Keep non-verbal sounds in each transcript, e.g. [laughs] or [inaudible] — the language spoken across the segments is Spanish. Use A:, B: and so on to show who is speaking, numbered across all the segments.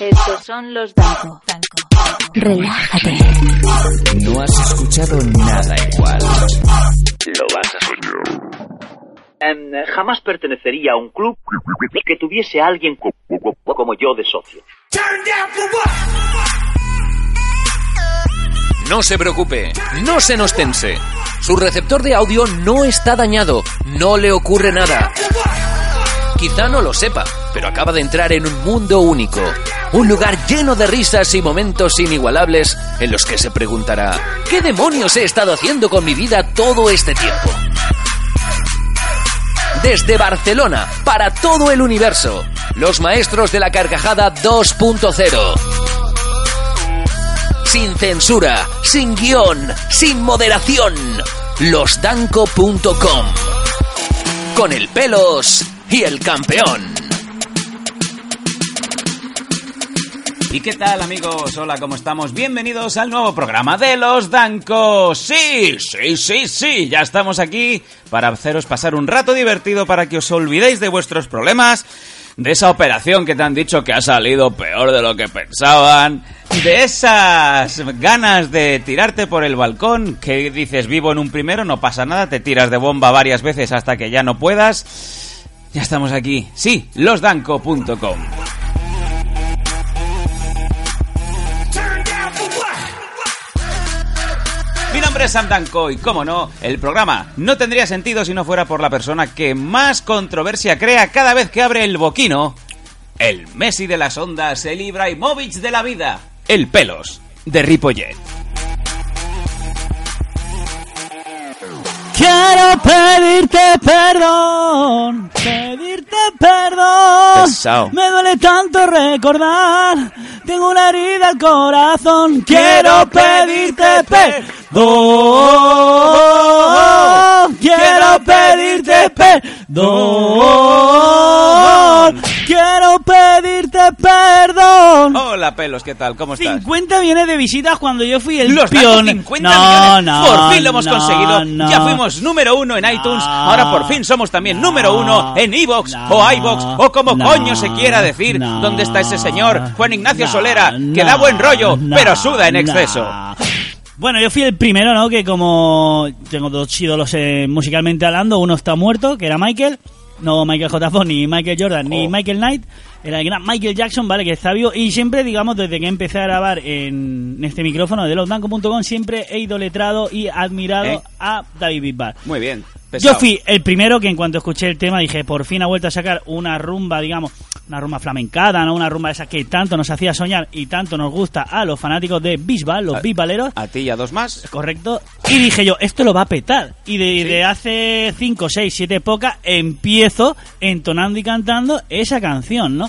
A: Estos son los Danco.
B: Relájate.
C: No has escuchado nada igual. Lo vas a
D: Em, jamás pertenecería a un club que tuviese a alguien co- co- co- como yo de socio.
C: No se preocupe, no se nos tense. Su receptor de audio no está dañado, no le ocurre nada. Quizá no lo sepa, pero acaba de entrar en un mundo único. Un lugar lleno de risas y momentos inigualables en los que se preguntará, ¿qué demonios he estado haciendo con mi vida todo este tiempo? Desde Barcelona, para todo el universo, los maestros de la carcajada 2.0. Sin censura, sin guión, sin moderación. Losdanco.com. Con el pelos y el campeón.
E: ¿Y qué tal amigos? Hola, ¿cómo estamos? Bienvenidos al nuevo programa de Los Dancos. Sí, sí, sí, sí, ya estamos aquí para haceros pasar un rato divertido para que os olvidéis de vuestros problemas, de esa operación que te han dicho que ha salido peor de lo que pensaban, de esas ganas de tirarte por el balcón que dices vivo en un primero, no pasa nada, te tiras de bomba varias veces hasta que ya no puedas. Ya estamos aquí, sí, losdanco.com. Mi nombre es Sam Danco y, como no, el programa no tendría sentido si no fuera por la persona que más controversia crea cada vez que abre el boquino. El Messi de las ondas, el Ibrahimovic de la vida, el Pelos de Ripollet.
F: Quiero pedirte perdón, pedirte perdón.
E: Pesao.
F: Me duele tanto recordar, tengo una herida al corazón. Quiero pedirte perdón, quiero pedirte perdón, quiero pedirte perdón.
E: Hola, Pelos, ¿qué tal? ¿Cómo estás?
F: 50 millones de visitas cuando yo fui el
E: Los datos
F: peón.
E: 50
F: no,
E: millones.
F: no,
E: por fin lo hemos
F: no,
E: conseguido.
F: no.
E: Ya fuimos número uno en iTunes. Ahora por fin somos también
F: no,
E: número uno en Evox
F: no,
E: o iBox o como
F: no,
E: coño se quiera decir.
F: no,
E: ¿Dónde está ese señor? Juan Ignacio
F: no,
E: Solera, que
F: no,
E: da buen rollo,
F: no,
E: pero suda en
F: no.
E: exceso.
F: Bueno, yo fui el primero, ¿no? Que como tengo dos ídolos eh, musicalmente hablando, uno está muerto, que era Michael, no Michael J. Fox, ni Michael Jordan, ni
E: Oh.
F: Michael Knight, era el gran Michael Jackson, ¿vale? Que está vivo. Y siempre, digamos, desde que empecé a grabar en este micrófono de losdanco.com, siempre he idolatrado y admirado
E: ¿Eh?
F: a David Bisbal.
E: Muy bien.
F: Yo
E: pesado.
F: fui el primero que en cuanto escuché el tema dije, por fin ha vuelto a sacar una rumba, digamos, una rumba flamencada, ¿no? Una rumba esa que tanto nos hacía soñar y tanto nos gusta a los fanáticos de Bisbal, los
E: Ah.
F: bisbaleros.
E: A ti y a dos más.
F: Correcto. Y dije yo, esto lo va a petar. Y de, de hace 5, 6, 7 pocas empiezo entonando y cantando esa canción, ¿no?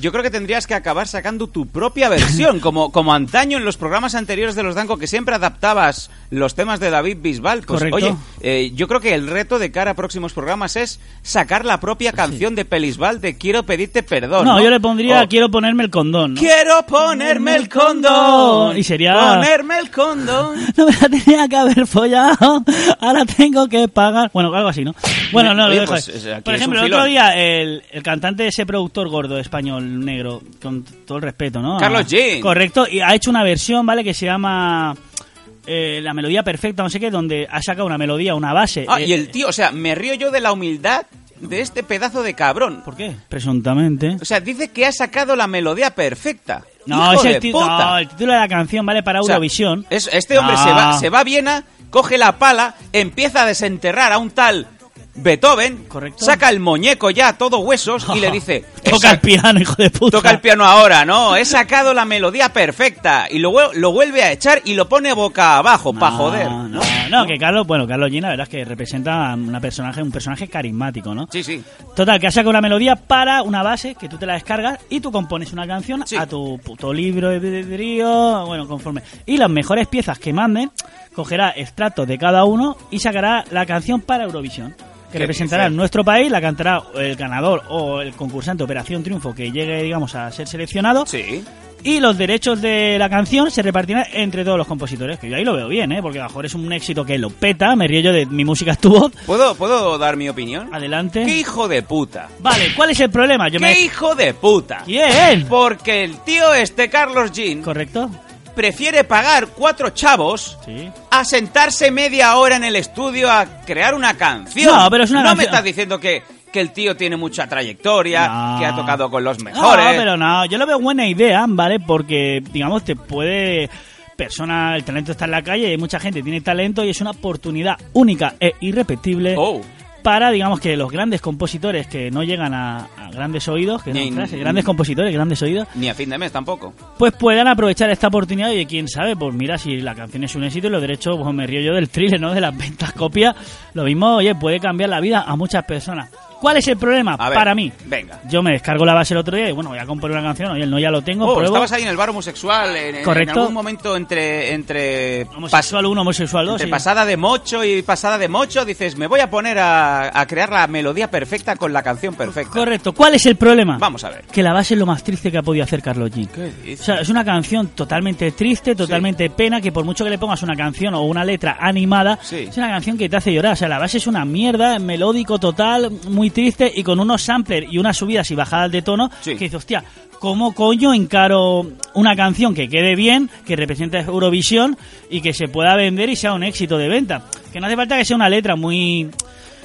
E: Yo creo que tendrías que acabar sacando tu propia versión,
F: [laughs]
E: como, como antaño en los programas anteriores de los Danco, que siempre adaptabas los temas de David Bisbal. Pues,
F: Correcto.
E: Oye, eh, yo creo que el reto de cara a próximos programas es sacar la propia canción de Pelisbal de Quiero pedirte perdón.
F: No,
E: No, Oh.
F: yo le pondría,
E: O,
F: quiero ponerme el condón. ¿no?
E: Quiero ponerme el condón.
F: Y sería-
E: Ponerme el condón.
F: [laughs] No me la tenía que haber follado. Ahora tengo que pagar. Bueno, algo así, ¿no? Bueno, no, lo
E: Oye,
F: dejo
E: pues,
F: ahí.
E: o sea, aquí
F: Por
E: es un
F: ejemplo, el
E: filón.
F: otro día, el, el cantante, ese productor gordo español negro, con todo el respeto, ¿no? Ah,
E: Carlos G.
F: Correcto, y ha hecho una versión, ¿vale? Que se llama. eh, la melodía perfecta, no sé qué, donde ha sacado una melodía, una base.
E: Ah,
F: Eh,
E: y el tío, o sea, me río yo de la humildad de este pedazo de cabrón.
F: ¿Por qué? Presuntamente.
E: O sea, dice que ha sacado la melodía perfecta.
F: No,
E: Hijo
F: es el,
E: de
F: ti-
E: puta.
F: no, el título de la canción, ¿vale? Para
E: O sea,
F: Eurovisión. Ah.
E: es- este hombre
F: No.
E: se, va, se va a Viena, coge la pala, empieza a desenterrar a un tal Beethoven
F: Correcto.
E: saca el muñeco ya todo huesos y
F: [laughs]
E: le dice...
F: Toca
E: "Esa-
F: el piano, hijo de puta.
E: Toca el piano ahora, ¿no? He sacado la melodía perfecta. Y lo, vuel- lo vuelve a echar y lo pone boca abajo, pa' joder.
F: Ah, No,
E: ¿no?
F: no, no, que Carlos, bueno, Carlos Gina, la verdad es que representa a una personaje, un personaje carismático, ¿no?
E: Sí, sí.
F: Total, que ha sacado una melodía para una base que tú te la descargas y tú compones una canción
E: Sí.
F: a tu puto libro de vidrio, bueno, conforme. Y las mejores piezas que manden, cogerá extractos de cada uno y sacará la canción para Eurovisión. Que
E: ¿Qué
F: representará
E: dices?
F: nuestro país, la cantará el ganador o el concursante Operación Triunfo que llegue, digamos, a ser seleccionado.
E: Sí.
F: Y los derechos de la canción se repartirán entre todos los compositores. Que yo ahí lo veo bien, ¿eh? Porque a lo mejor es un éxito que lo peta. Me río yo de mi música es tu voz.
E: ¿Puedo, ¿Puedo dar mi opinión?
F: Adelante.
E: ¡Qué hijo de puta!
F: Vale, ¿cuál es el problema? Yo
E: ¡Qué
F: me...
E: hijo de puta!
F: ¿Quién?
E: Porque el tío este, Carlos Jean,
F: ¿Correcto?
E: prefiere pagar cuatro chavos
F: Sí.
E: a sentarse media hora en el estudio a crear una canción.
F: No, pero es una
E: No me
F: canción-
E: estás diciendo que, que el tío tiene mucha trayectoria,
F: No.
E: que ha tocado con los
F: No,
E: mejores.
F: pero no, yo lo veo buena idea, ¿vale? Porque, digamos, te puede... Persona, el talento está en la calle, hay mucha gente que tiene talento y es una oportunidad única e irrepetible
E: Oh.
F: para, digamos, que los grandes compositores que no llegan a, a grandes oídos, que no,
E: Ni-
F: frase, grandes compositores, grandes oídos,
E: Ni a fin de mes tampoco.
F: pues puedan aprovechar esta oportunidad y quién sabe, pues mira, si la canción es un éxito y los derechos, pues me río yo del thriller, ¿no? De las [laughs] ventas copias, lo mismo, oye, puede cambiar la vida a muchas personas. ¿Cuál es el problema?
E: A ver,
F: Para mí.
E: venga.
F: Yo me descargo la base el otro día y bueno, voy a componer una canción, oye, no ya lo tengo,
E: Oh,
F: pruebo.
E: estabas ahí en el bar homosexual, en, en-
F: Correcto.
E: en algún momento entre entre,
F: Homosexual 1, homosexual 2.
E: entre pasada de mocho y pasada de mocho, dices, me voy a poner a, a crear la melodía perfecta con la canción perfecta.
F: Correcto. ¿Cuál es el problema?
E: Vamos a ver.
F: Que la base es lo más triste que ha podido hacer Carlos G.
E: ¿Qué
F: O
E: dices?
F: sea, es una canción totalmente triste, totalmente pena, que por mucho que le pongas una canción o una letra animada,
E: Sí.
F: es una canción que te hace llorar. O sea, la base es una mierda, melódico total, muy triste y con unos samplers y unas subidas y bajadas de tono
E: Sí.
F: que dices, hostia, ¿cómo coño encaro una canción que quede bien, que represente Eurovisión y que se pueda vender y sea un éxito de venta? Que no hace falta que sea una letra muy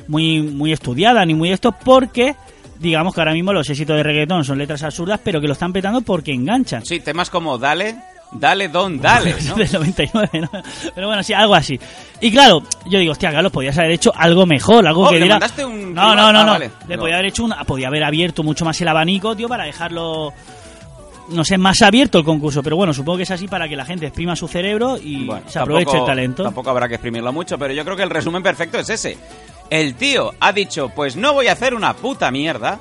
F: muy, muy estudiada ni muy esto, porque digamos que ahora mismo los éxitos de reggaetón son letras absurdas, pero que lo están petando porque enganchan.
E: Sí, temas como Dale, Dale, Don,
F: [laughs]
E: Dale, ¿no?
F: Del 99, ¿no? Pero bueno, sí, algo así. Y claro, yo digo, hostia, Carlos, podías haber hecho algo mejor, algo
E: Oh,
F: que
E: ¿le
F: diera...
E: mandaste un
F: No, no,
E: privado?
F: no,
E: Ah,
F: no.
E: vale.
F: Le
E: No.
F: podía haber hecho una... Podía haber abierto mucho más el abanico, tío, para dejarlo... No sé, más abierto el concurso, pero bueno, supongo que es así para que la gente exprima su cerebro y
E: Bueno,
F: se aproveche
E: tampoco-
F: el talento.
E: Tampoco habrá que exprimirlo mucho, pero yo creo que el resumen perfecto es ese. El tío ha dicho, pues no voy a hacer una puta mierda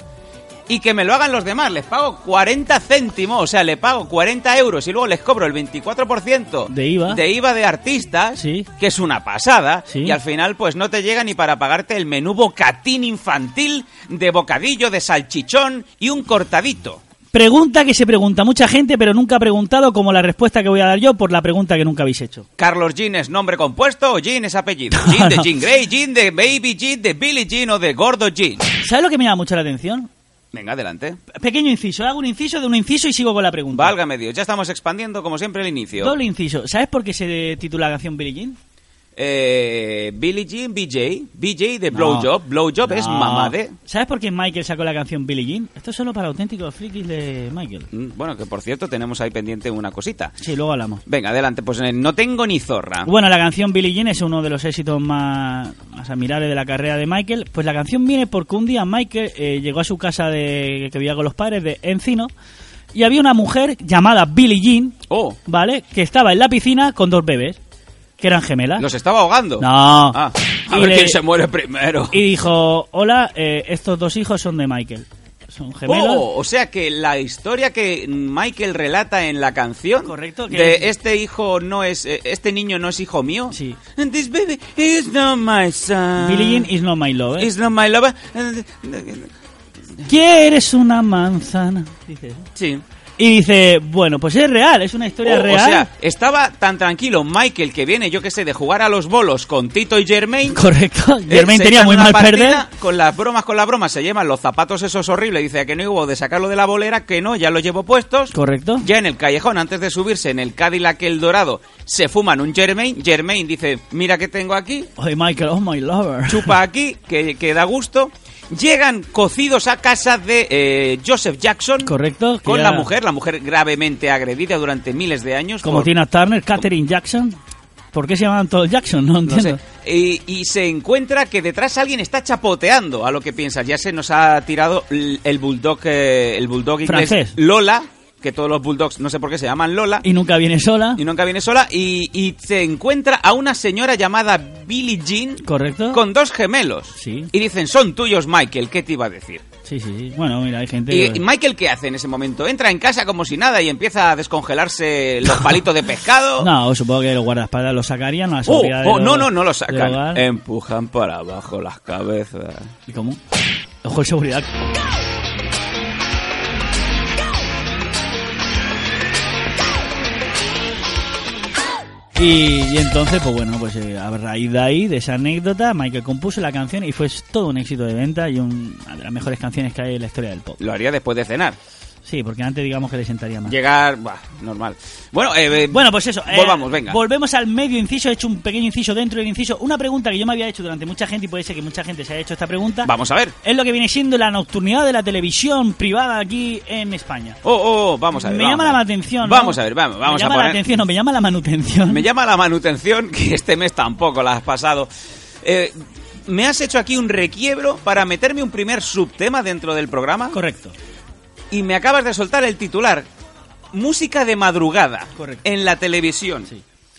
E: y que me lo hagan los demás. Les pago 40 céntimos, o sea, le pago 40 euros y luego les cobro el 24%
F: De IVA.
E: de IVA de artistas,
F: Sí.
E: que es una pasada.
F: Sí.
E: Y al final, pues no te llega ni para pagarte el menú bocatín infantil de bocadillo, de salchichón y un cortadito.
F: Pregunta que se pregunta mucha gente, pero nunca ha preguntado como la respuesta que voy a dar yo por la pregunta que nunca habéis hecho.
E: Carlos Jean es nombre compuesto o Jean es
F: [laughs]
E: apellido. Jean de Jean Grey, Jean de Baby Jean, de Billy Jean o de Gordo Jean.
F: ¿Sabes lo que me llama mucho la atención?
E: Venga, adelante.
F: Pequeño inciso, hago un inciso de un inciso y sigo con la pregunta.
E: Válgame Dios, ya estamos expandiendo como siempre el inicio.
F: Doble inciso. ¿Sabes por qué se titula la canción Billie Jean?
E: Eh, Billy Jean, BJ, BJ de Blowjob, Blowjob es
F: No.
E: mamá de...
F: ¿Sabes por qué Michael sacó la canción Billie Jean? Esto es solo para auténticos frikis de Michael.
E: Mm, Bueno, que por cierto tenemos ahí pendiente una cosita.
F: Sí, luego hablamos.
E: Venga, adelante, pues eh, no tengo ni zorra.
F: Bueno, la canción Billie Jean es uno de los éxitos más, más admirables de la carrera de Michael. Pues la canción viene porque un día Michael eh, llegó a su casa de, que vivía con los padres de Encino y había una mujer llamada Billie Jean,
E: Oh,
F: ¿vale? Que estaba en la piscina con dos bebés, que eran gemelas.
E: los estaba ahogando.
F: No.
E: Ah, a
F: Y
E: ver
F: le-
E: quién se muere primero.
F: Y dijo, hola, eh, estos dos hijos son de Michael. Son gemelos.
E: Oh, o sea que la historia que Michael relata en la canción
F: Correcto, que
E: de
F: es-
E: este hijo no es eh, este niño no es hijo mío.
F: Sí.
E: And this baby is not my son.
F: Billie Jean is not my love. ¿eh?
E: is not my lover.
F: ¿Quieres una manzana? Dice.
E: Sí.
F: Y dice, bueno, pues es real, es una historia
E: Oh,
F: real.
E: O sea, estaba tan tranquilo Michael que viene, yo que sé, de jugar a los bolos con Tito y Germain.
F: [laughs] Correcto.
E: Eh,
F: Germain
E: se
F: tenía
E: echan
F: muy
E: una
F: mal
E: partida,
F: perder.
E: Con las bromas, con las bromas, se llevan los zapatos esos horribles. Dice "¿A que no hubo de sacarlo de la bolera, que no, ya los llevo puestos.
F: Correcto.
E: Ya en el callejón, antes de subirse en el Cadillac El Dorado, se fuman un Germain. Germain dice, mira que tengo aquí,
F: Oye, Michael, oh my lover.
E: chupa aquí, que, que da gusto. Llegan cocidos a casa de eh, Joseph Jackson.
F: Correcto, que
E: Con
F: ya-
E: la mujer, la mujer gravemente agredida durante miles de años.
F: Como
E: por-
F: Tina Turner, Catherine Jackson. ¿Por qué se llamaban todos Jackson? No
E: No
F: entiendo.
E: sé. Y, y se encuentra que detrás alguien está chapoteando a lo que piensas. Ya se nos ha tirado l- el bulldog, eh, el bulldog inglés
F: Francés.
E: Lola, que todos los bulldogs no sé por qué se llaman Lola.
F: Y nunca viene sola.
E: Y nunca viene sola. Y, y se encuentra a una señora llamada Billie Jean
F: ¿Correcto?
E: con dos gemelos.
F: Sí.
E: Y dicen, son tuyos, Michael. ¿Qué te iba a decir?
F: Sí, sí, sí. Bueno, mira, hay gente...
E: Y,
F: que-
E: y Michael qué hace en ese momento? ¿Entra en casa como si nada y empieza a descongelarse
F: [laughs]
E: los palitos de pescado?
F: No, supongo que los guardaespaldas lo sacarían a la
E: Oh,
F: seguridad
E: oh,
F: del-
E: no, no, no lo
F: del
E: sacan. Eh,
F: hogar.
E: Empujan para abajo las cabezas.
F: ¿Y cómo? Ojo de seguridad. Y, y entonces, pues bueno, pues eh, a raíz de ahí, de esa anécdota, Michael compuso la canción y fue todo un éxito de venta y un- una de las mejores canciones que hay en la historia del pop.
E: Lo haría después de cenar.
F: Sí, porque antes digamos que le sentaría más.
E: Llegar, bah, normal. Bueno, eh, eh,
F: Bueno, pues eso. eh,
E: Volvamos, venga.
F: Volvemos al medio inciso. He hecho un pequeño inciso dentro del inciso. Una pregunta que yo me había hecho durante mucha gente y puede ser que mucha gente se haya hecho esta pregunta.
E: Vamos a ver.
F: Es lo que viene siendo la nocturnidad de la televisión privada aquí en España.
E: Oh, oh, oh, vamos a ver.
F: me
E: vamos
F: llama
E: a ver.
F: la atención. ¿no?
E: Vamos a ver, vamos, vamos
F: me llama
E: a poner.
F: la atención, no, me llama la manutención.
E: Me llama la manutención [laughs] que este mes tampoco la has pasado. Eh, me has hecho aquí un requiebro para meterme un primer subtema dentro del programa
F: Correcto.
E: y me acabas de soltar el titular. Música de madrugada
F: Correcto.
E: en la televisión.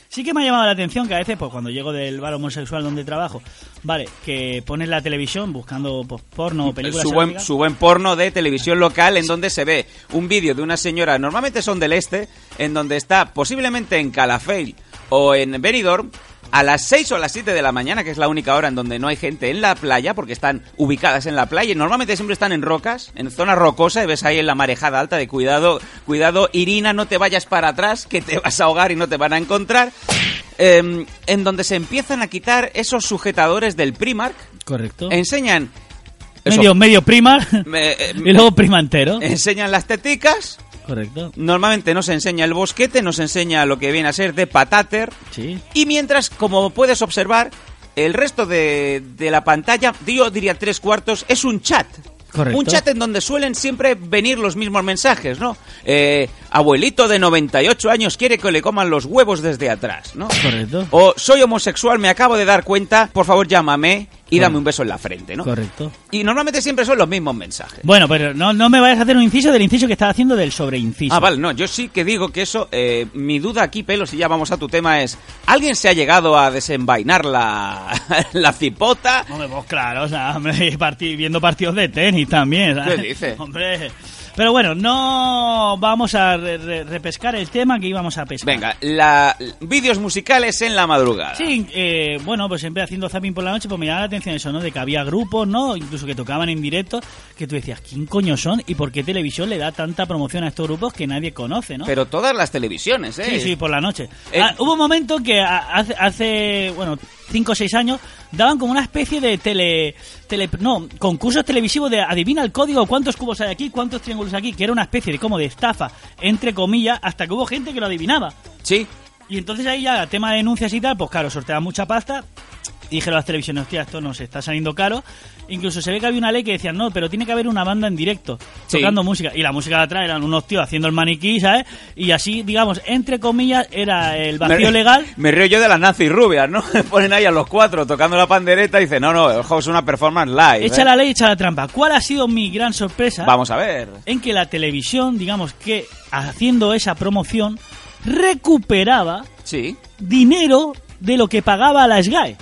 F: Sí que me ha llamado la atención que a veces, pues cuando llego del bar homosexual donde trabajo, vale, que pones la televisión buscando pues, porno o películas.
E: Eh, su, buen,
F: eróticas.
E: su buen porno de televisión local en donde se ve un vídeo de una señora, normalmente son del este, en donde está posiblemente en Calafell o en Benidorm a las 6 o a las 7 de la mañana, que es la única hora en donde no hay gente en la playa, porque están ubicadas en la playa, y normalmente siempre están en rocas, en zona rocosa, y ves ahí en la marejada alta de cuidado, cuidado, Irina, no te vayas para atrás, que te vas a ahogar y no te van a encontrar, Em, en donde se empiezan a quitar esos sujetadores del Primark,
F: Correcto.
E: enseñan... eso,
F: medio, medio primar
E: [laughs] me- eh,
F: [laughs] y luego prima entero.
E: enseñan las teticas.
F: Correcto.
E: Normalmente nos enseña el bosquete, nos enseña lo que viene a ser de patater.
F: Sí.
E: Y mientras, como puedes observar, el resto de, de la pantalla, yo diría tres cuartos, es un chat.
F: Correcto.
E: Un chat en donde suelen siempre venir los mismos mensajes, ¿no? Eh, abuelito de 98 años quiere que le coman los huevos desde atrás, ¿no?
F: Correcto.
E: O soy homosexual, me acabo de dar cuenta, por favor llámame y dame un beso en la frente, ¿no?
F: Correcto.
E: Y normalmente siempre son los mismos mensajes.
F: Bueno, pero no, no me vayas a hacer un inciso del inciso que estás haciendo del sobreinciso.
E: Ah, vale, no, yo sí que digo que eso, eh, mi duda aquí, Pelos, y ya vamos a tu tema, es, ¿alguien se ha llegado a desenvainar la, [laughs] la cipota?
F: Hombre, pues claro, o sea, hombre, y parti- viendo partidos de tenis también. ¿sabes?
E: ¿Qué dices?
F: [laughs] Hombre. Pero bueno, no vamos a re- re- repescar el tema que íbamos a pescar.
E: Venga, la, vídeos musicales en la madrugada.
F: Sí, eh, bueno, pues siempre haciendo zapping por la noche, pues me llamaba la atención eso, ¿no? De que había grupos, ¿no? Incluso que tocaban en directo, que tú decías, ¿quién coño son? ¿Y por qué televisión le da tanta promoción a estos grupos que nadie conoce, ¿no?
E: Pero todas las televisiones, ¿eh?
F: Sí, sí, por la noche.
E: Eh,
F: Ah, hubo un momento que a- hace, hace, bueno, 5 o 6 años, daban como una especie de tele, tele... No, concursos televisivos de adivina el código, cuántos cubos hay aquí, cuántos triángulos aquí, que era una especie de como de estafa, entre comillas, hasta que hubo gente que lo adivinaba.
E: Sí.
F: Y entonces ahí ya, tema de denuncias y tal, pues claro, sorteaban mucha pasta. Dijeron las televisiones, hostia, esto nos está saliendo caro. Incluso se ve que había una ley que decían, no, pero tiene que haber una banda en directo,
E: Sí.
F: tocando música. Y la música de atrás eran unos tíos haciendo el maniquí, ¿sabes? Y así, digamos, entre comillas, era el vacío
E: Me- [laughs]
F: legal.
E: Me río yo de las nazis rubias, ¿no? [laughs] Ponen ahí a los cuatro tocando la pandereta y dicen, no, no, el juego es una performance live.
F: Echa
E: ¿eh?".
F: la ley, echa la trampa. ¿Cuál ha sido mi gran sorpresa?
E: Vamos a ver.
F: En que la televisión, digamos que haciendo esa promoción, recuperaba
E: Sí.
F: dinero de lo que pagaba la SGAE. E.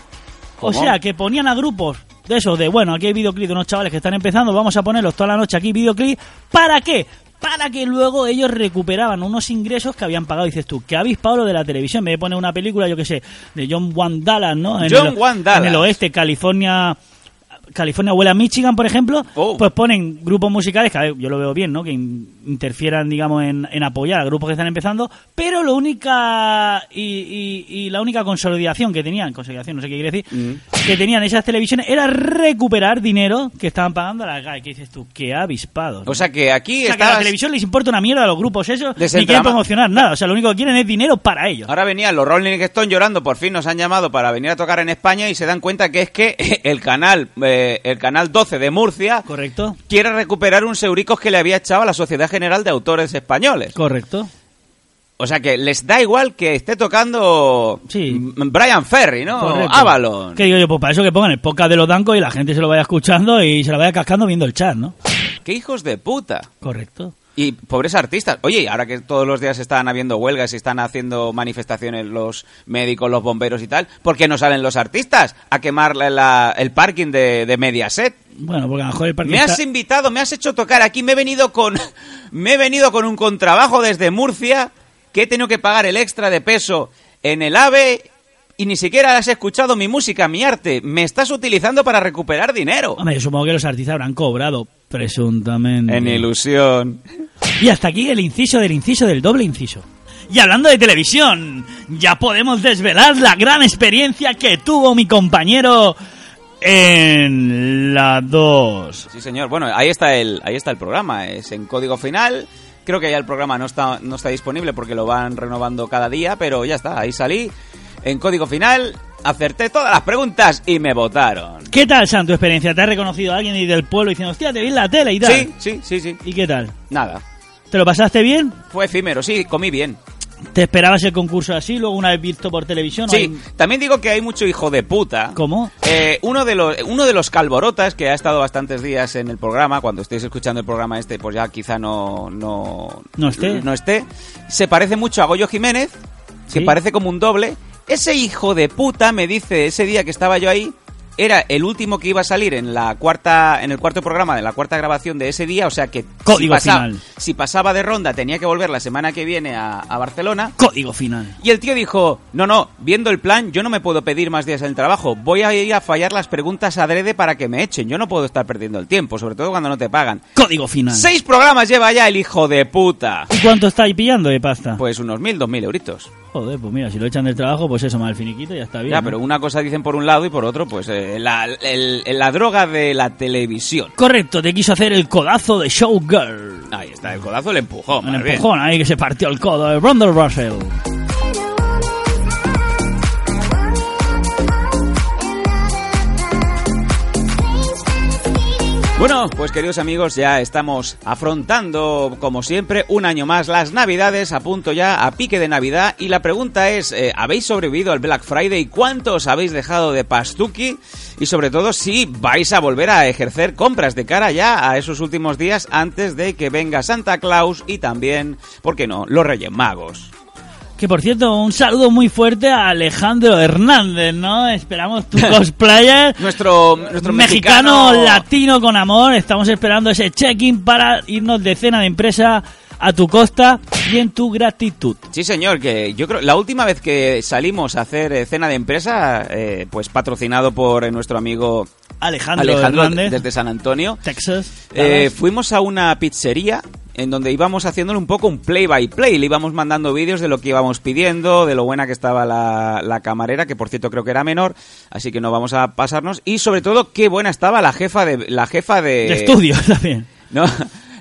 F: O
E: ¿Cómo?
F: sea, que ponían a grupos de esos de, bueno, aquí hay videoclip de unos chavales que están empezando, vamos a ponerlos toda la noche aquí videoclip. ¿Para qué? Para que luego ellos recuperaban unos ingresos que habían pagado. Dices tú, que habéis pagado lo de la televisión. En vez de poner una película, yo que sé, de John Wan Dallas, ¿no?
E: John
F: el,
E: Wan Dallas.
F: En el oeste, California... California huele a Michigan, por ejemplo,
E: Oh.
F: pues ponen grupos musicales, que a ver, yo lo veo bien, ¿no? Que in- interfieran, digamos, en, en apoyar a grupos que están empezando, pero lo única y, y- y la única consolidación que tenían, consolidación, no sé qué quiere decir,
E: Mm.
F: que tenían esas televisiones era recuperar dinero que estaban pagando a las GAE. ¿Qué dices tú? Qué avispado.
E: O sea que aquí
F: O sea, que a la
E: estabas-
F: televisión les importa una mierda a los grupos esos, ni
E: Desentrama-
F: quieren promocionar nada. O sea, lo único que quieren es dinero para ellos.
E: Ahora venían los Rolling Stones llorando, por fin nos han llamado para venir a tocar en España y se dan cuenta que es que [laughs] el canal, eh, el canal 12 de Murcia
F: ¿Correcto?
E: quiere recuperar un euricos que le había echado a la Sociedad General de Autores Españoles.
F: ¿Correcto?
E: O sea que les da igual que esté tocando
F: Sí.
E: M- Brian Ferry, ¿no?
F: Correcto.
E: Avalon.
F: Que digo yo, pues para eso que pongan el podcast de los dancos y la gente se lo vaya escuchando y se la vaya cascando viendo el chat, ¿no?
E: Qué hijos de puta.
F: Correcto.
E: Y pobres artistas. Oye, y ahora que todos los días están habiendo huelgas y están haciendo manifestaciones los médicos, los bomberos y tal, ¿por qué no salen los artistas a quemar la- la- el parking de, de Mediaset?
F: Bueno, porque a lo mejor el parque
E: Me has
F: está-
E: invitado, me has hecho tocar aquí, me he venido con [laughs] me he venido con un contrabajo desde Murcia que he tenido que pagar el extra de peso en el AVE y ni siquiera has escuchado mi música, mi arte. Me estás utilizando para recuperar dinero.
F: Hombre, yo supongo que los artistas habrán cobrado, presuntamente.
E: En ilusión.
F: Y hasta aquí el inciso del inciso del doble inciso. Y hablando de televisión, ya podemos desvelar la gran experiencia que tuvo mi compañero en la 2.
E: Sí, señor. Bueno, ahí está el, ahí está el programa. Es en código final. Creo que ya el programa no está, no está disponible porque lo van renovando cada día, pero ya está, ahí salí. En código final, acerté todas las preguntas y me votaron.
F: ¿Qué tal, Sam, tu experiencia? ¿Te ha reconocido alguien ahí del pueblo diciendo, hostia, te vi en la tele y tal?
E: Sí, sí, sí, sí.
F: ¿Y qué tal?
E: Nada.
F: ¿Te lo pasaste bien?
E: Fue efímero, sí, comí bien.
F: ¿Te esperabas el concurso así, luego una vez visto por televisión? o
E: Sí,
F: hay-
E: también digo que hay mucho hijo de puta.
F: ¿Cómo?
E: Eh, uno, de los, uno de los calborotas que ha estado bastantes días en el programa, cuando estéis escuchando el programa este, pues ya quizá no, no,
F: No esté.
E: no esté, se parece mucho a Goyo Jiménez, que
F: Sí.
E: parece como un doble. Ese hijo de puta me dice ese día que estaba yo ahí, era el último que iba a salir en la cuarta, en el cuarto programa de la cuarta grabación de ese día, o sea que
F: Código
E: si, pasaba,
F: final.
E: si pasaba de ronda tenía que volver la semana que viene a- a Barcelona.
F: Código final.
E: Y el tío dijo, no, no, viendo el plan, yo no me puedo pedir más días en el trabajo. Voy a ir a fallar las preguntas adrede para que me echen. Yo no puedo estar perdiendo el tiempo, sobre todo cuando no te pagan.
F: Código final.
E: Seis programas lleva ya el hijo de puta.
F: ¿Y cuánto estáis pillando de pasta?
E: Pues unos mil, dos mil euritos.
F: Joder, pues mira, si lo echan del trabajo, pues eso, más el finiquito, ya está bien.
E: Ya,
F: ¿no?
E: pero una cosa dicen por un lado y por otro, pues eh, la, el- la droga de la televisión.
F: Correcto, te quiso hacer el codazo de Showgirl.
E: Ahí está, el codazo el empujón.
F: Un
E: más Ah, bien.
F: empujón ahí que se partió el codo de Ronda Russell.
E: Bueno, pues queridos amigos, ya estamos afrontando, como siempre, un año más las Navidades, a punto ya, a pique de Navidad. Y la pregunta es, eh, ¿habéis sobrevivido al Black Friday? ¿Cuántos habéis dejado de pastuki? Y sobre todo, si vais a volver a ejercer compras de cara ya a esos últimos días antes de que venga Santa Claus y también, ¿por qué no?, los Reyes Magos.
F: Que por cierto, un saludo muy fuerte a Alejandro Hernández, ¿no?
E: [laughs]
F: Esperamos tu cosplayer.
E: Nuestro, nuestro
F: mexicano, latino con amor. Estamos esperando ese check-in para irnos de cena de empresa a tu costa y en tu gratitud.
E: Sí, señor, que yo creo la última vez que salimos a hacer eh, cena de empresa, eh, pues patrocinado por eh, nuestro amigo
F: Alejandro,
E: Alejandro
F: Hernández,
E: desde San Antonio,
F: Texas.
E: eh,
F: Dallas.
E: fuimos a una pizzería en donde íbamos haciéndole un poco un play by play, le íbamos mandando vídeos de lo que íbamos pidiendo, de lo buena que estaba la, la camarera, que por cierto creo que era menor, así que no vamos a pasarnos, y sobre todo qué buena estaba la jefa de la jefa de,
F: de estudio [laughs] también.
E: no,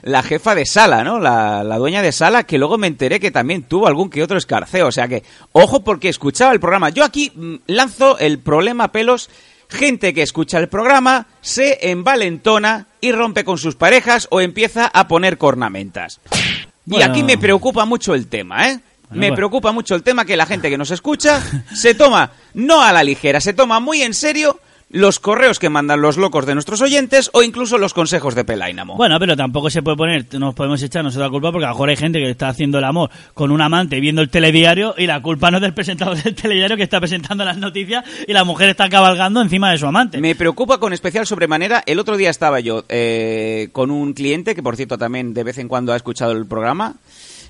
E: la jefa de sala, ¿no? La, la dueña de sala, que luego me enteré que también tuvo algún que otro escarceo. O sea que, ojo, porque escuchaba el programa. Yo aquí mm, lanzo el problema pelos. Gente que escucha el programa se envalentona y rompe con sus parejas o empieza a poner cornamentas. Y
F: Bueno.
E: aquí me preocupa mucho el tema, ¿eh?
F: Bueno,
E: me
F: pues-
E: preocupa mucho el tema que la gente que nos escucha se toma, no a la ligera, se toma muy en serio los correos que mandan los locos de nuestros oyentes o incluso los consejos de Pelainamo.
F: Bueno, pero tampoco se puede poner, nos podemos echar nosotros la culpa porque a lo mejor hay gente que está haciendo el amor con un amante viendo el telediario y la culpa no es del presentador del telediario que está presentando las noticias y la mujer está cabalgando encima de su amante.
E: Me preocupa con especial sobremanera. El otro día estaba yo eh, con un cliente que, por cierto, también de vez en cuando ha escuchado el programa.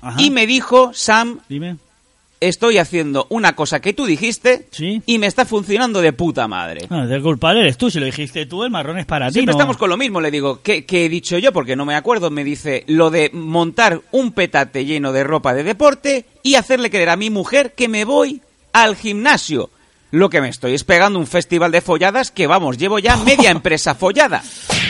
F: Ajá.
E: Y me dijo, Sam,
F: Dime.
E: estoy haciendo una cosa que tú dijiste
F: Sí.
E: y me está funcionando de puta madre.
F: No, el culpable eres tú, si lo dijiste tú, el marrón es para ti.
E: Siempre
F: no-
E: estamos con lo mismo, le digo, ¿qué, qué he dicho yo? Porque no me acuerdo. Me dice lo de montar un petate lleno de ropa de deporte y hacerle creer a mi mujer que me voy al gimnasio. Lo que me estoy es pegando un festival de folladas que, vamos, llevo ya media empresa follada.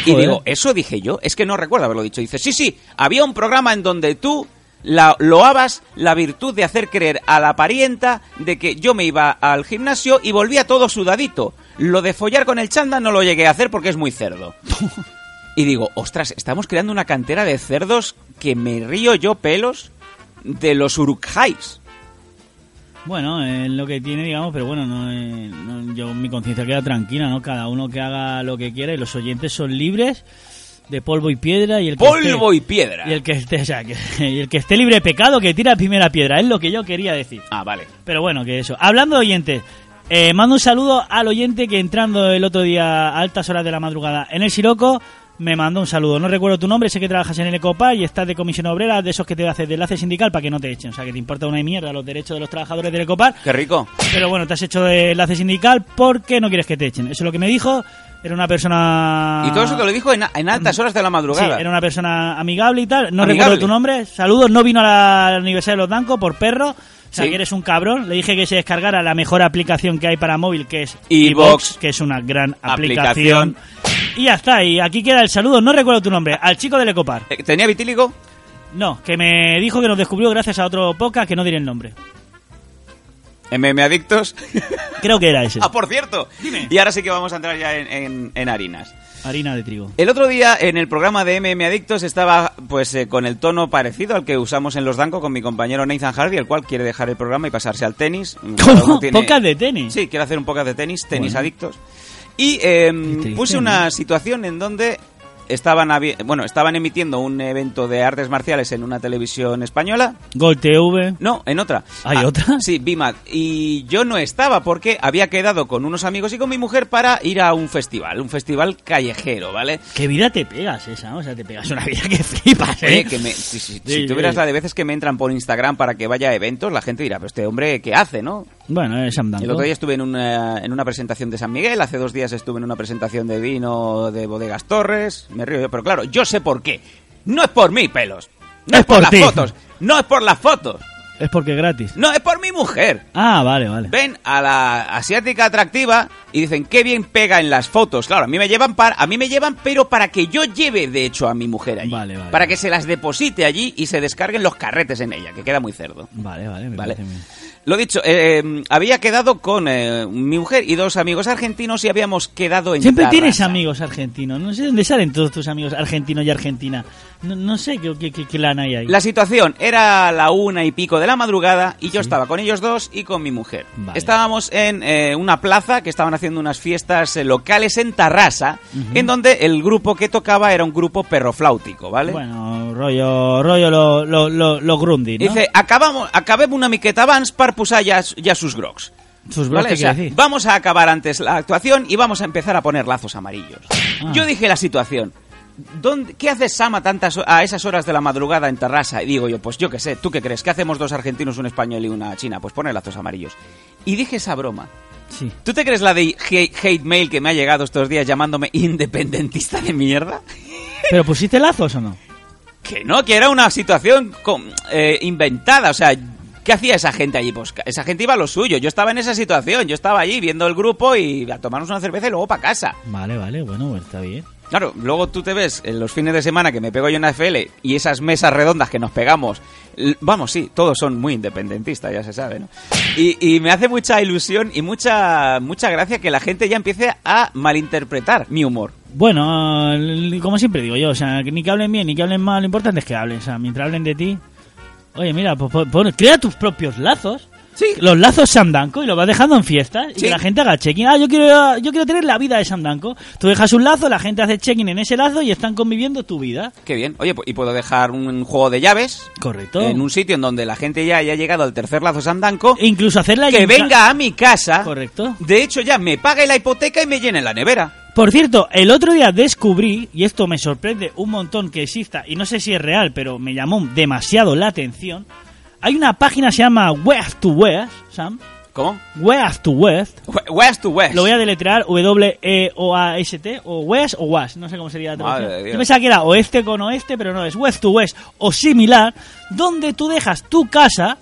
E: Y
F: Joder.
E: digo, ¿eso dije yo? Es que no recuerdo haberlo dicho. Dice, sí, sí, había un programa en donde tú la, loabas la virtud de hacer creer a la parienta de que yo me iba al gimnasio y volvía todo sudadito. Lo de follar con el chanda no lo llegué a hacer porque es muy cerdo. Y digo, ostras, estamos creando una cantera de cerdos que me río yo pelos de los Urukais.
F: Bueno, es lo que tiene, digamos, pero bueno, no, eh, no- yo mi conciencia queda tranquila, ¿no? Cada uno que haga lo que quiera y los oyentes son libres de polvo y piedra y el que
E: Polvo
F: esté-
E: y piedra.
F: y el que esté, o sea, que- [laughs] y el que esté libre de pecado que tira primera piedra, es lo que yo quería decir.
E: Ah, vale.
F: Pero bueno, que eso. Hablando de oyentes, eh, mando un saludo al oyente que entrando el otro día a altas horas de la madrugada en el Siroco me mandó un saludo. No recuerdo tu nombre, sé que trabajas en el Ecopa y estás de comisión obrera, de esos que te haces de enlace sindical para que no te echen. O sea, que te importa una mierda los derechos de los trabajadores del Ecopa,
E: Qué rico.
F: pero bueno, te has hecho de enlace sindical porque no quieres que te echen. Eso es lo que me dijo. Era una persona.
E: Y todo eso te lo dijo en, en altas horas de la
F: Ah. Mm. Sí,
E: madrugada.
F: era una persona amigable y tal. No
E: Amigable.
F: recuerdo tu nombre. Saludos, no vino a la, Universidad de los Dancos por perro. O sea,
E: Sí.
F: que eres un cabrón. Le dije que se descargara la mejor aplicación que hay para móvil, que es
E: iVox,
F: que es una gran
E: Aplicación.
F: aplicación. Y ya está, y aquí queda el saludo. No recuerdo tu nombre. Al chico del Ecopar.
E: Eh, ¿Tenía vitíligo?
F: No, que me dijo que nos descubrió gracias a otro podcast que no diré el nombre.
E: MM Adictos.
F: Creo que era ese.
E: [laughs] ah, por cierto. Y ahora sí que vamos a entrar ya en- en- en harinas.
F: Harina
E: [laughs]
F: de trigo.
E: El otro día en el programa de MM Adictos estaba pues eh, con el tono parecido al que usamos en Los Danco con mi compañero Nathan Hardy, el cual quiere dejar el programa y pasarse al tenis. Cada uno tiene-
F: Podcast de tenis.
E: Sí, quiere hacer un podcast de tenis, tenis
F: Bueno.
E: adictos. Y eh,
F: triste,
E: puse
F: ¿no?
E: una situación en donde estaban habi- bueno, estaban emitiendo un evento de artes marciales en una televisión española.
F: Gol TV.
E: No, en otra.
F: ¿Hay
E: Ah,
F: otra?
E: Sí, BIMAD. Y yo no estaba porque había quedado con unos amigos y con mi mujer para ir a un festival, un festival callejero, ¿vale?
F: Qué vida te pegas esa, o sea, te pegas una vida que flipas,
E: Oye,
F: ¿eh?
E: que me- si, si-
F: Sí,
E: si tú vieras
F: sí.
E: la de veces que me entran por Instagram para que vaya a eventos, la gente dirá, pero este hombre, ¿qué hace, no?
F: Bueno, es andando.
E: El otro día estuve en una, en una presentación de San Miguel, hace dos días estuve en una presentación de vino de Bodegas Torres, me río yo, pero claro, yo sé por qué. No es por mí, pelos. No
F: Es
E: es, por,
F: por
E: las
F: ti.
E: fotos. No es por las fotos.
F: Es porque es gratis.
E: No es por mi mujer.
F: Ah, vale, vale.
E: Ven a la asiática atractiva y dicen qué bien pega en las fotos. Claro, a mí me llevan para, a mí me llevan, pero para que yo lleve de hecho a mi mujer allí,
F: Vale, vale.
E: para que se las deposite allí y se descarguen los carretes en ella, que queda muy cerdo.
F: Vale, vale, me
E: Vale.
F: parece bien.
E: Lo dicho, eh, había quedado con eh, mi mujer y dos amigos argentinos y habíamos quedado en
F: Siempre
E: Tarrasa.
F: tienes amigos argentinos. No sé dónde salen todos tus amigos argentinos y argentina. No, no sé qué, qué, qué- qué lana hay ahí.
E: La situación era la una y pico de la madrugada y yo estaba con ellos dos y con mi mujer.
F: Vale.
E: Estábamos en eh, una plaza que estaban haciendo unas fiestas eh, locales en Tarrasa, en donde el grupo que tocaba era un grupo perrofláutico, ¿vale?
F: Bueno, rollo, rollo lo, lo, lo, lo grundi, ¿no?
E: Dice, acabamos, acabem una miqueta abans per posar ja, ja sus grocs.
F: Sus bros,
E: ¿Vale?
F: Pues ¿qué
E: O sea,
F: quiere decir?
E: vamos a acabar antes la actuación y vamos a empezar a poner lazos amarillos.
F: Ah.
E: Yo dije la situación. ¿Dónde- ¿Qué hace Sama tantas, ho- a esas horas de la madrugada en Terrassa? Y digo yo, pues yo qué sé, ¿tú qué crees? ¿Qué hacemos dos argentinos, un español y una china? Pues poner lazos amarillos. Y dije esa broma.
F: Sí.
E: ¿Tú te crees la de hate, hate mail que me ha llegado estos días llamándome independentista de mierda?
F: ¿Pero pusiste lazos o no?
E: Que no, que era una situación con- eh, inventada, o sea, ¿qué hacía esa gente allí? Pues ca- esa gente iba a lo suyo, yo estaba en esa situación, yo estaba allí viendo el grupo y a tomarnos una cerveza y luego para casa.
F: Vale, vale, bueno, pues está bien.
E: Claro, luego tú te ves en los fines de semana que me pego yo en FL y esas mesas redondas que nos pegamos. l- Vamos, sí, todos son muy independentistas, ya se sabe, ¿no? Y, y me hace mucha ilusión y mucha, mucha gracia que la gente ya empiece a malinterpretar mi humor.
F: Bueno, el- como siempre digo yo, o sea, que ni que hablen bien ni que hablen mal, lo importante es que hablen, o sea, mientras hablen de ti. Oye, mira, pues, pon- pon- crea tus propios lazos.
E: Sí.
F: Los lazos Sandanco y los vas dejando en fiestas y
E: Sí.
F: que la gente haga check-in. Ah, yo quiero, yo quiero tener la vida de Sandanco. Tú dejas un lazo, la gente hace check-in en ese lazo y están conviviendo tu vida.
E: Qué bien. Oye, pu- y puedo dejar un juego de llaves
F: Correcto.
E: en un sitio en donde la gente ya haya llegado al tercer lazo sandanco,
F: E incluso hacerla
E: que venga a mi casa.
F: Correcto.
E: De hecho, ya me pague la hipoteca y me llene la nevera.
F: Por cierto, el otro día descubrí, y esto me sorprende un montón que exista, y no sé si es real, pero me llamó demasiado la atención. Hay una página que se llama West to West, Sam.
E: ¿Cómo?
F: West to West.
E: We- West to West.
F: Lo voy a deletrear W-E-O-A-S-T, o West o West, no sé cómo sería la
E: Madre
F: traducción.
E: de Dios.
F: Yo pensaba que era oeste con oeste, pero no, es West to West o similar, donde tú dejas tu casa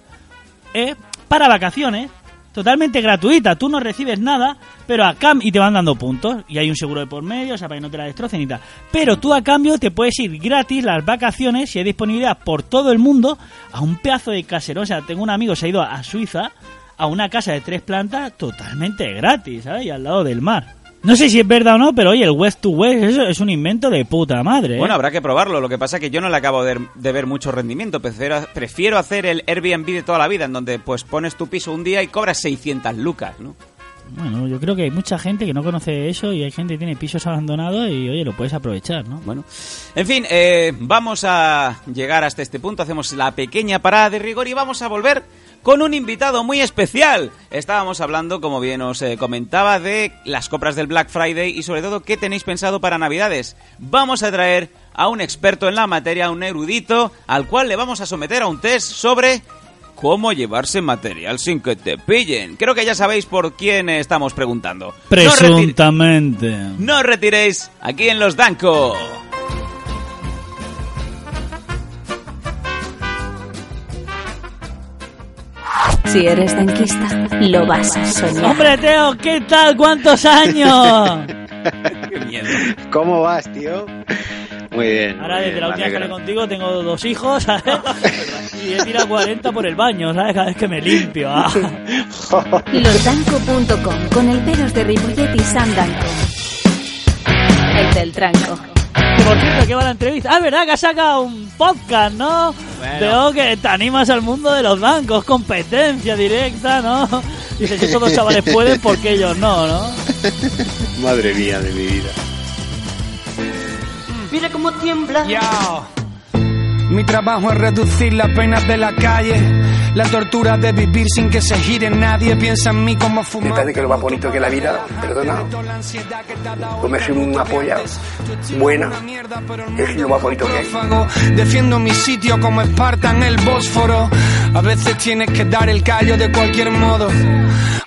F: eh, para vacaciones, totalmente gratuita, tú no recibes nada, pero a cam y te van dando puntos, y hay un seguro de por medio, o sea, para que no te la destrocen y tal. Pero tú a cambio te puedes ir gratis las vacaciones, si hay disponibilidad por todo el mundo, a un pedazo de casero. O sea, tengo un amigo que se ha ido a Suiza, a una casa de tres plantas totalmente gratis, ¿sabes? Y al lado del mar. No sé si es verdad o no, pero oye, el West to West eso es un invento de puta madre. ¿eh?
E: Bueno, habrá que probarlo. Lo que pasa es que yo no le acabo de, de ver mucho rendimiento. Prefiero, prefiero hacer el Airbnb de toda la vida, en donde pues pones tu piso un día y cobras 600 lucas, ¿no?
F: Bueno, yo creo que hay mucha gente que no conoce eso y hay gente que tiene pisos abandonados y oye, lo puedes aprovechar, ¿no?
E: Bueno, en fin, eh, vamos a llegar hasta este punto. Hacemos la pequeña parada de rigor y vamos a volver con un invitado muy especial. Estábamos hablando, como bien os eh, comentaba, de las compras del Black Friday y sobre todo qué tenéis pensado para Navidades. Vamos a traer a un experto en la materia, a un erudito, al cual le vamos a someter a un test sobre cómo llevarse material sin que te pillen. Creo que ya sabéis por quién estamos preguntando. No os retir-
F: Presuntamente.
E: no os retiréis aquí en Los Danco.
B: Si eres danquista, lo vas a soñar.
F: Hombre, Teo, ¿qué tal? ¿Cuántos años?
E: Qué miedo.
G: ¿Cómo vas, tío? Muy bien.
F: [laughs] Ahora,
G: muy
F: desde
G: bien,
F: la
G: me
F: última vez que hablé
G: alegro.
F: contigo, tengo dos hijos, ¿sabes? [laughs] Y he tirado 40 por el baño, ¿sabes? Cada vez que me limpio. ah. [laughs]
B: Losdanco.com con el pelos de Ripollet y Sam Danco. El del tranco.
F: Por cierto, ¿qué va la entrevista? Ah, ¿verdad que has sacado un podcast, no?
E: Bueno.
F: Veo que te animas al mundo de los bancos, competencia directa, ¿no? Dices, si todos los chavales pueden, ¿por qué ellos no, no?
G: Madre mía de mi vida.
H: Mira cómo tiembla.
I: Mi trabajo es reducir las penas de la calle, la tortura de vivir sin que se gire nadie. Piensa en mí como fumar.
J: Fíjate que lo más bonito que es la vida, perdona, pues comerse una polla buena, es lo más bonito que hay.
I: Defiendo mi sitio como Espartan el Bósforo. A veces tienes que dar el callo de cualquier modo,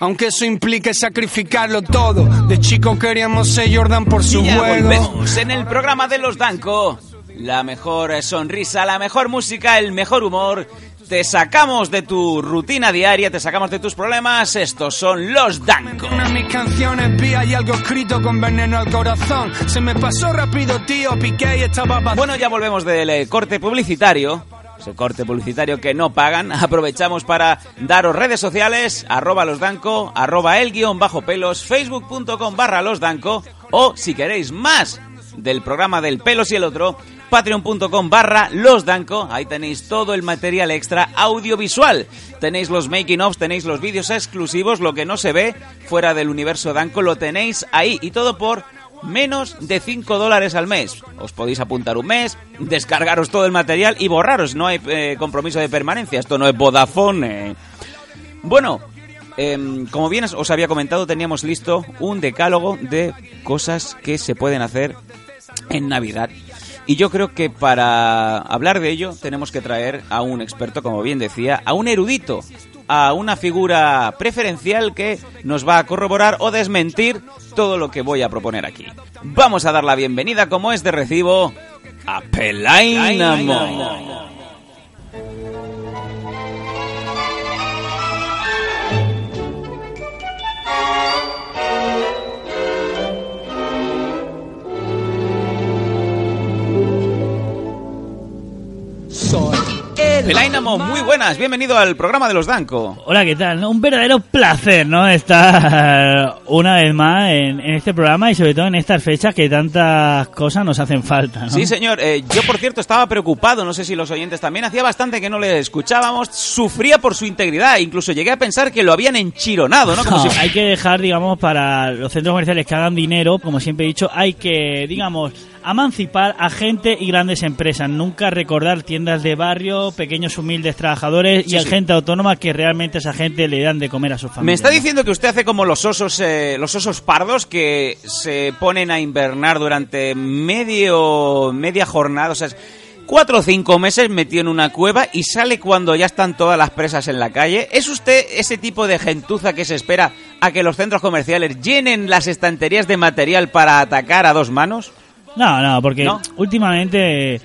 I: aunque eso implique sacrificarlo todo. De chico queríamos ser Jordan por su
E: Y ya
I: juego.
E: volvemos en el programa de los Danco. La mejor sonrisa, la mejor música, el mejor humor. Te sacamos de tu rutina diaria, te sacamos de tus problemas. Estos son los Danco.
I: Una de mis canciones vi ahí algo escrito con veneno al corazón. Se me pasó rápido, tío, piqué y estaba vacío.
E: Bueno, ya volvemos del eh, corte publicitario. Ese corte publicitario que no pagan. [laughs] Aprovechamos para daros redes sociales, arroba losdanco, arroba el guión bajo pelos, facebook.com barra losdanco o si queréis más del programa del pelos y el otro, patreon.com barra losdanco. Ahí tenéis todo el material extra audiovisual. Tenéis los making ofs, tenéis los vídeos exclusivos, lo que no se ve fuera del universo danco lo tenéis ahí y todo por menos de 5 dólares al mes. Os podéis apuntar un mes, descargaros todo el material y borraros. No hay eh, compromiso de permanencia. Esto no es Vodafone. eh. Bueno, em, como bien os había comentado, teníamos listo un decálogo de cosas que se pueden hacer en Navidad. Y yo creo que para hablar de ello tenemos que traer a un experto, como bien decía, a un erudito, a una figura preferencial que nos va a corroborar o desmentir todo lo que voy a proponer aquí. Vamos a dar la bienvenida, como es de recibo, a Pelainamo. Pelainamo, muy buenas, bienvenido al programa de los Danco.
F: Hola, ¿qué tal? Un verdadero placer, ¿no? Estar [laughs] una vez más en, en este programa y sobre todo en estas fechas que tantas cosas nos hacen falta, ¿no?
E: Sí, señor. Eh, yo, por cierto, estaba preocupado, no sé si los oyentes también, hacía bastante que no le escuchábamos, sufría por su integridad, incluso llegué a pensar que lo habían enchironado, ¿no?
F: [laughs]
E: Como
F: No,
E: si-
F: hay que dejar, digamos, para los centros comerciales que hagan dinero, como siempre he dicho, hay que, digamos, emancipar a gente y grandes empresas. Nunca recordar tiendas de barrio, pequeños humildes trabajadores
E: Sí,
F: y a
E: sí.
F: gente autónoma que realmente a esa gente le dan de comer a sus familias.
E: Me está
F: ¿no?
E: diciendo que usted hace como los osos, eh, los osos pardos que se ponen a invernar durante medio, media jornada, o sea, es cuatro o cinco meses metido en una cueva y sale cuando ya están todas las presas en la calle. ¿Es usted ese tipo de gentuza que se espera a que los centros comerciales llenen las estanterías de material para atacar a dos manos?
F: No, no, porque
E: ¿No?
F: últimamente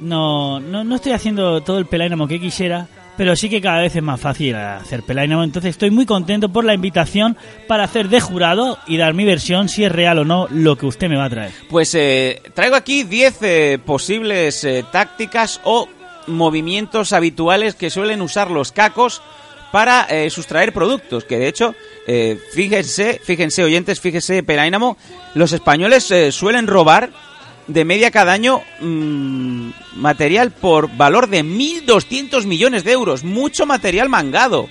F: no, no, no estoy haciendo todo el pelánamo que quisiera, pero sí que cada vez es más fácil hacer pelánamo. Entonces estoy muy contento por la invitación para hacer de jurado y dar mi versión si es real o no lo que usted me va a traer.
E: Pues eh, traigo aquí 10 eh, posibles eh, tácticas o movimientos habituales que suelen usar los cacos para eh, sustraer productos, que de hecho, eh, fíjense, fíjense oyentes, fíjense Penaínamo, los españoles eh, suelen robar de media cada año mm, material por valor de 1.200 millones de euros, mucho material mangado.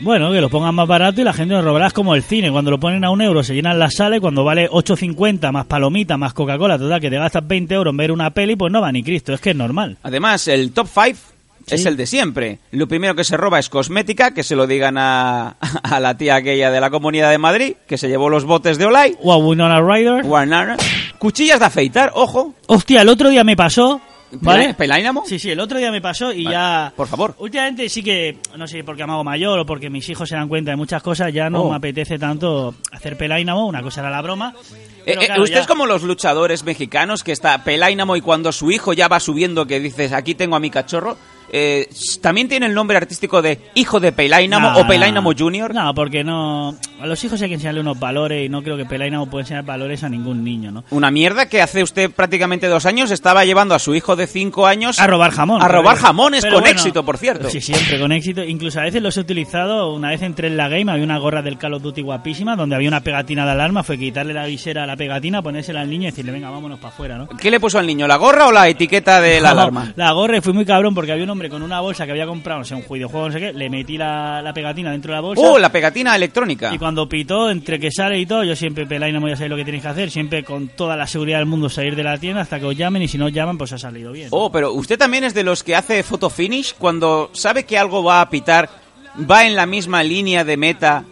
F: Bueno, que lo pongan más barato y la gente nos robará es como el cine. Cuando lo ponen a un euro se llenan las salas y cuando vale 8.50 más palomita, más Coca-Cola, total, que te gastas 20 euros en ver una peli, pues no va ni Cristo, es que es normal.
E: Además, el top 5 es el de siempre. Lo primero que se roba es cosmética, que se lo digan a, a la tía aquella de la Comunidad de Madrid, que se llevó los botes de Olay.
F: O a Winona Ryder.
E: Warner. Cuchillas de afeitar, ojo. ¿Eh?
F: Hostia, el otro día me pasó ¿Vale?
E: ¿Pelaínamo?
F: Sí, sí, el otro día me pasó y
E: Vale,
F: ya...
E: por favor.
F: Últimamente sí que, no sé, porque me hago mayor o porque mis hijos se dan cuenta de muchas cosas, ya no
E: Oh.
F: me apetece tanto hacer pelaínamo, una cosa era la broma.
E: Eh,
F: pero
E: eh,
F: claro,
E: usted
F: ya-
E: es como los luchadores mexicanos que está Pelaínamo y cuando su hijo ya va subiendo que dices aquí tengo a mi cachorro. eh, s- también tiene el nombre artístico de hijo de Pelaínamo
F: No,
E: o Pelaínamo
F: no.
E: Junior.
F: No, porque no... A los hijos hay que enseñarle unos valores y no creo que pelaínamo pueda enseñar valores a ningún niño, ¿no?
E: Una mierda que hace usted prácticamente dos años estaba llevando a su hijo de cinco años
F: A robar jamón.
E: A robar
F: Pero-
E: jamones
F: pero
E: con
F: bueno,
E: éxito, por cierto.
F: Sí, siempre con éxito. Incluso a veces los he utilizado. Una vez entré en la game, había una gorra del Call of Duty guapísima, donde había una pegatina de alarma. Fue quitarle la visera a la pegatina, ponérsela al niño y decirle, venga, vámonos para afuera, ¿no?
E: ¿Qué le puso al niño? ¿La gorra o la etiqueta de [laughs] la
F: No,
E: alarma?
F: La gorra y fui muy cabrón porque había un hombre con una bolsa que había comprado, no sé, un videojuego, no sé qué. Le metí la, la pegatina dentro de la bolsa.
E: ¡Oh, la pegatina electrónica!
F: Y cuando pitó, entre que sale y todo, yo siempre peláis, no me voy a saber lo que tenéis que hacer. Siempre con toda la seguridad del mundo salir de la tienda hasta que os llamen y si no os llaman, pues ha salido bien.
E: Oh, pero usted también es de los que hace photo finish cuando sabe que algo va a pitar, va en la misma línea de meta,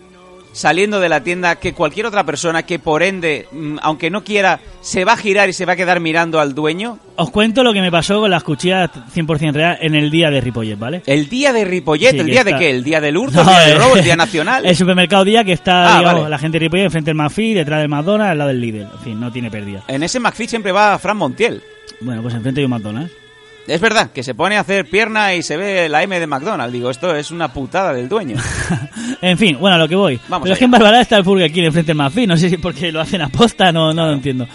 E: saliendo de la tienda que cualquier otra persona que por ende, mm, aunque no quiera, se va a girar y se va a quedar mirando al dueño.
F: Os cuento lo que me pasó con las cuchillas 100% real en el día de Ripollet, ¿vale?
E: El día de Ripollet,
F: Sí,
E: este ¿el
F: que
E: día
F: está-
E: de qué? ¿El día del
F: [laughs]
E: hurto? ¿El día del
F: eh,
E: robo? ¿El día nacional?
F: El supermercado día que está,
E: Ah,
F: digamos,
E: vale.
F: la gente de Ripollet enfrente del Mafi, detrás del McDonald's, al lado del Lidl. En fin, no tiene pérdida.
E: En ese McFit siempre va Fran Montiel.
F: Bueno, pues enfrente hay un McDonald's.
E: Es verdad, que se pone a hacer pierna y se ve la M de McDonald's. Digo, esto es una putada del
F: [laughs]
E: dueño.
F: En fin, bueno, a lo que voy.
E: Vamos
F: Pero es
E: allá.
F: que en Barbará está el Burger King enfrente del Mafi, no sé si porque lo hacen aposta, no, no lo entiendo.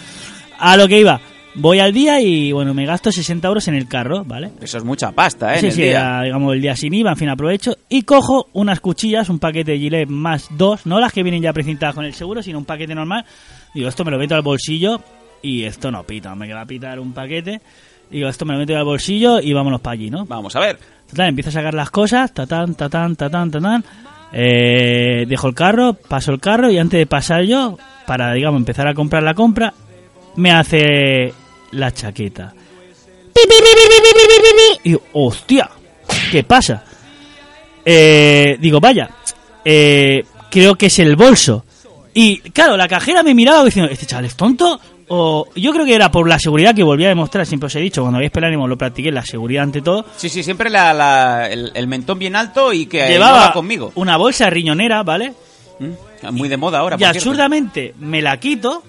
F: A lo que iba. Voy al día y, bueno, me gasto 60 euros en el carro, ¿vale?
E: Eso es mucha pasta, ¿eh? en
F: Sí,
E: el
F: sí,
E: día.
F: a- digamos el día sin IVA, en fin, aprovecho y cojo unas cuchillas, un paquete de Gillette más dos, no las que vienen ya precintadas con el seguro, sino un paquete normal. Digo, esto me lo meto al bolsillo y esto no pita, me queda pitar un paquete. Digo, esto me lo meto al bolsillo y vámonos para allí, ¿no?
E: Vamos a ver.
F: Total, empiezo a sacar las cosas, tatán, tatán, tatán, tatán. Eh, dejo el carro, paso el carro y antes de pasar yo, para, digamos, empezar a comprar la compra, me hace la chaqueta. Y digo, hostia, ¿qué pasa? Eh, digo, vaya, eh, creo que es el bolso. Y claro, la cajera me miraba diciendo, ¿este chaval es tonto? O yo creo que era por la seguridad que volví a demostrar, siempre os he dicho, cuando había Pelánimo lo practiqué, la seguridad ante todo.
E: Sí, sí, siempre la- la- el, el mentón bien alto y que
F: llevaba
E: iba conmigo.
F: una bolsa riñonera, ¿vale?
E: Mm, Muy de moda ahora.
F: y
E: por cierto.
F: absurdamente me la quito,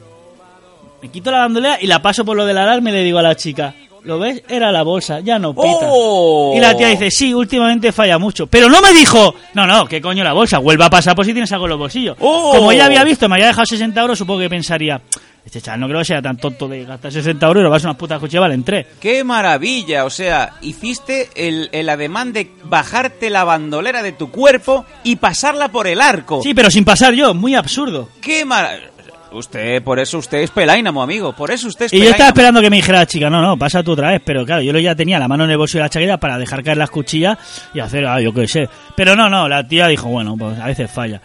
F: me quito la bandolera y la paso por lo del alarme y le digo a la chica, ¿lo ves? Era la bolsa, ya no pita.
E: ¡Oh!
F: Y la tía dice, sí, últimamente falla mucho. Pero no me dijo, no, no, ¿qué coño la bolsa? Vuelva a pasar por si tienes algo en los bolsillos.
E: ¡Oh!
F: Como ella había visto, me había dejado 60 euros, supongo que pensaría, este chaval no creo que sea tan tonto de gastar 60 euros y lo vas a unas putas cuchillas, valen tres.
E: ¡Qué maravilla! O sea, hiciste el, el ademán de bajarte la bandolera de tu cuerpo y pasarla por el arco.
F: Sí, pero sin pasar yo, muy absurdo.
E: ¡Qué maravilla! Usted, por eso usted es pelaínamo, amigo. Por eso usted es
F: Y yo estaba
E: pelaínamo.
F: esperando que me dijera la chica, no, no, pasa tú otra vez, pero claro, yo lo ya tenía la mano en el bolsillo de la chaqueta para dejar caer las cuchillas y hacer, ah, yo qué sé. Pero no, no, la tía dijo, bueno, pues a veces falla.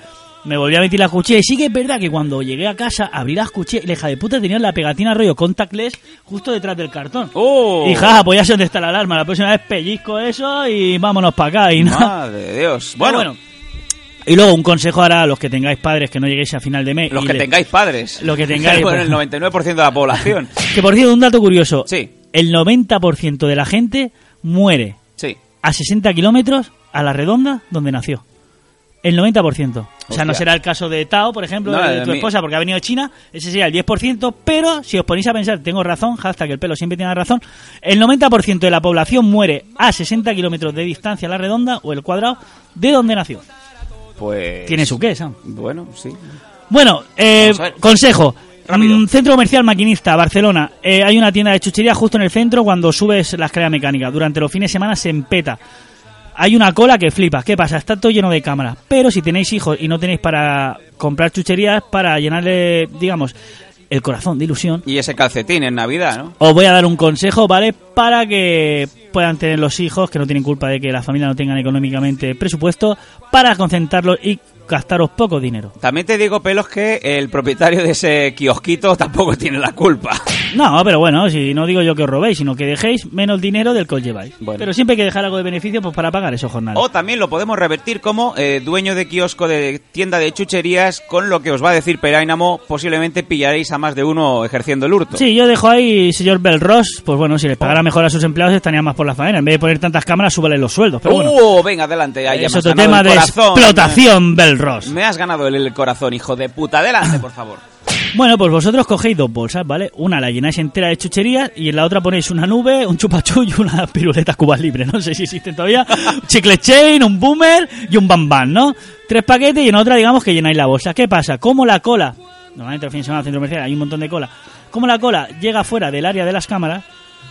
F: Me volví a meter las cuchillas y sí que es verdad que cuando llegué a casa abrí las cuchillas y la hija de puta tenía la pegatina rollo contactless justo detrás del cartón.
E: ¡Oh!
F: Y jaja, pues ya sé dónde está la alarma, la próxima vez pellizco eso y vámonos para acá y nada.
E: ¡Madre de Dios!
F: Pero
E: Bueno,
F: Y luego un consejo ahora a los que tengáis padres que no lleguéis a final de mes.
E: los
F: y
E: que
F: le-
E: tengáis padres.
F: Los que tengáis,
E: [laughs] Bueno,
F: pues.
E: el 99% de la población.
F: Que por cierto, un dato curioso.
E: Sí.
F: El 90% de la gente muere
E: Sí.
F: a 60 kilómetros a la redonda donde nació. El 90%. O sea, no
E: Hostia.
F: será el caso de Tao, por ejemplo,
E: No,
F: de
E: de
F: tu
E: mí-
F: esposa, porque ha venido de China. Ese sería el 10%. Pero si os ponéis a pensar, tengo razón, hashtag el pelo siempre tiene razón. El 90% de la población muere a 60 kilómetros de distancia a la redonda o el cuadrado de donde nació.
E: Pues...
F: Tiene su qué, Sam.
E: Bueno, sí.
F: Bueno, eh,
E: Vamos a ver.
F: consejo.
E: Rápido.
F: Mm, centro comercial maquinista, Barcelona. Eh, hay una tienda de chuchería justo en el centro cuando subes la escalera mecánica. Durante los fines de semana se empeta. hay una cola que flipas. ¿Qué pasa? Está todo lleno de cámaras. Pero si tenéis hijos y no tenéis para comprar chucherías, para llenarle, digamos, el corazón de ilusión.
E: Y ese calcetín en Navidad, ¿no?
F: Os voy a dar un consejo, ¿vale? Para que puedan tener los hijos, que no tienen culpa de que la familia no tengan económicamente presupuesto, para concentrarlos y gastaros poco dinero.
E: También te digo, pelos, que el propietario de ese kiosquito tampoco tiene la culpa.
F: No, pero bueno, si no digo yo que os robéis, sino que dejéis menos dinero del que os lleváis.
E: Bueno.
F: Pero siempre hay que dejar algo de beneficio pues, para pagar esos jornales.
E: O también lo podemos revertir como eh, dueño de kiosco de tienda de chucherías, con lo que os va a decir Perainamo, posiblemente pillaréis a más de uno ejerciendo el hurto.
F: Sí, yo dejo ahí, señor Belros, pues bueno, si les pagara mejor a sus empleados estarían más por la faena. En vez de poner tantas cámaras, súbale los sueldos. Pero bueno,
E: ¡Uh! Venga, adelante. ahí ya
F: es
E: me has
F: otro
E: ganado
F: tema
E: el
F: de
E: corazón. ¿eh?
F: explotación, Belros.
E: Me has ganado el, el corazón, hijo de puta. Adelante, por favor.
F: Bueno, pues vosotros cogéis dos bolsas, ¿vale? Una la llenáis entera de chucherías y en la otra ponéis una nube, un chupachú y unas piruletas cubas libres. No sé si existen todavía. Un chicle chain, un boomer y un bambán, ¿no? Tres paquetes y en otra, digamos, que llenáis la bolsa. ¿Qué pasa? Como la cola, normalmente el fin de semana en el centro comercial hay un montón de cola. Como la cola llega fuera del área de las cámaras,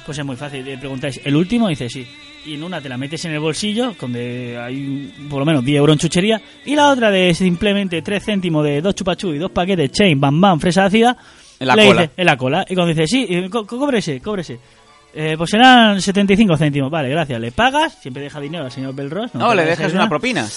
F: pues es muy fácil. Le preguntáis, ¿el último? Dice sí. Y en una te la metes en el bolsillo, donde hay por lo menos 10 euros en chuchería, y la otra de simplemente 3 céntimos de dos chupachú y dos paquetes, chain, bam bam, fresa ácida.
E: En la
F: le
E: cola.
F: dice, en la cola. Y cuando dice, sí, eh, co- co- cóbrese, cóbrese. Eh, pues serán 75 céntimos. Vale, gracias. Le pagas, siempre deja dinero al señor Belros.
E: No,
F: te
E: le
F: pagas
E: dejas
F: el
E: una
F: dinero.
E: propina.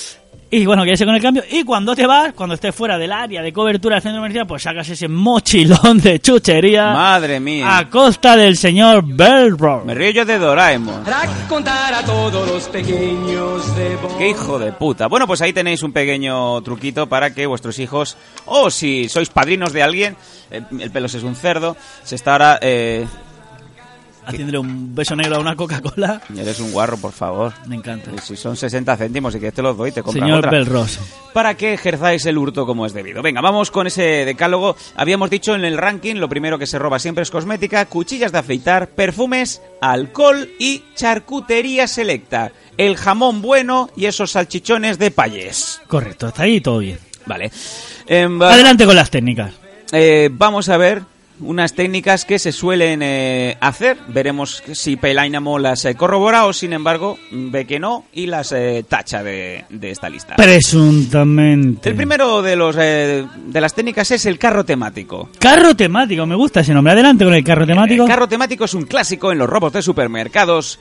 F: Y bueno, quédese con el cambio. Y cuando te vas, cuando estés fuera del área de cobertura del centro comercial, pues sacas ese mochilón de chuchería
E: Madre mía.
F: a costa del señor Belro.
E: Me río yo de Doraemon.
I: Contar a todos los pequeños de
E: ¡Qué hijo de puta! Bueno, pues ahí tenéis un pequeño truquito para que vuestros hijos, o si sois padrinos de alguien, eh, el pelos es un cerdo, se está ahora... eh,
F: Haciéndole un beso negro a una Coca-Cola.
E: eres un guarro, por favor.
F: Me encanta.
E: Si son 60 céntimos y que te los doy, te compras
F: Señor
E: otra.
F: Belros.
E: para que ejerzáis el hurto como es debido. Venga, vamos con ese decálogo. Habíamos dicho en el ranking, lo primero que se roba siempre es cosmética, cuchillas de afeitar, perfumes, alcohol y charcutería selecta. El jamón bueno y esos salchichones de payés.
F: Correcto, hasta ahí todo bien.
E: Vale. Em, va-
F: Adelante con las técnicas.
E: eh, vamos a ver unas técnicas que se suelen eh, hacer. Veremos si Pelainamo las eh, corrobora o, sin embargo, ve que no y las eh, tacha de, de esta lista.
F: Presuntamente.
E: Ah. El primero de los eh, de las técnicas es el carro temático.
F: Carro temático, me gusta ese nombre. Adelante con el carro temático.
E: El Eh, carro temático es un clásico en los robos de supermercados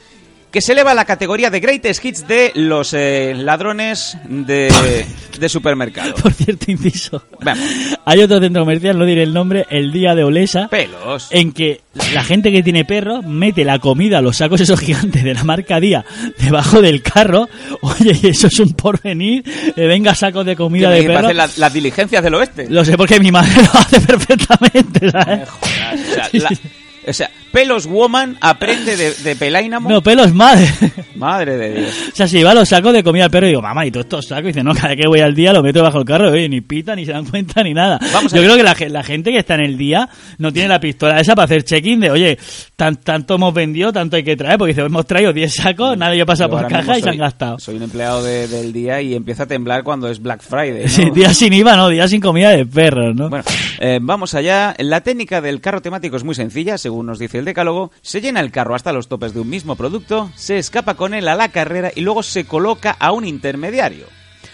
E: que se eleva a la categoría de greatest hits de los eh, ladrones de, de
F: [laughs]
E: supermercado.
F: [laughs] Por cierto, inciso.
E: Vamos.
F: Hay otro centro comercial, no diré el nombre, el día de Olesa,
E: Pelos.
F: en que la gente que tiene perros mete la comida, los sacos esos gigantes de la marca Día, debajo del carro. Oye, y eso es un porvenir. Eh, venga, sacos de
E: Que
F: comida
E: me
F: de
E: dicen para
F: perro.
E: hacer la- las diligencias del oeste.
F: Lo sé porque mi madre [laughs] lo hace perfectamente,
E: Eh,
F: ¿sabes?
E: joder, o, sea,
F: [laughs]
E: la- o sea, Pelos Woman aprende de, de Pelainamo.
F: No, pelos madre. [laughs]
E: Madre de Dios.
F: O sea, si va a los sacos de comida al perro y digo, mamá, y todos estos sacos, y dice, no, cada que voy al día lo meto bajo el carro, oye, ni pita, ni se dan cuenta, ni nada.
E: Vamos a
F: Yo
E: ver.
F: creo que la, ge- la gente que está en el día no tiene la pistola esa para hacer check-in de, oye, tan, tanto hemos vendido, tanto hay que traer, porque dice, hemos traído 10 sacos, nadie pasa
E: Yo
F: por
E: ahora mismo
F: caja y se
E: soy-
F: han gastado.
E: Soy un empleado de- del día y empieza a temblar cuando es Black Friday. ¿no?
F: [laughs] Sí, día sin IVA, no, día sin comida de perros, ¿no?
E: Bueno, eh, vamos allá. La técnica del carro temático es muy sencilla, según nos dice el decálogo. Se llena el carro hasta los topes de un mismo producto, se escapa con él a la carrera y luego se coloca a un intermediario.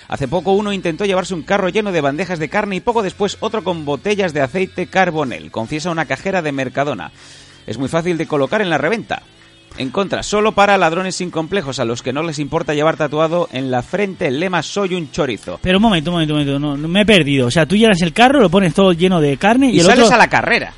E: Hace poco uno intentó llevarse un carro lleno de bandejas de carne y poco después otro con botellas de aceite carbonel, confiesa una cajera de Mercadona. Es muy fácil de colocar en la reventa. En contra, solo para ladrones sin complejos a los que no les importa llevar tatuado en la frente el lema Soy un chorizo.
F: Pero un momento, un momento, un momento, no, no, me he perdido. O sea, tú llenas el carro, lo pones todo lleno de carne y,
E: Y,
F: el
E: sales
F: otro...
E: a la carrera.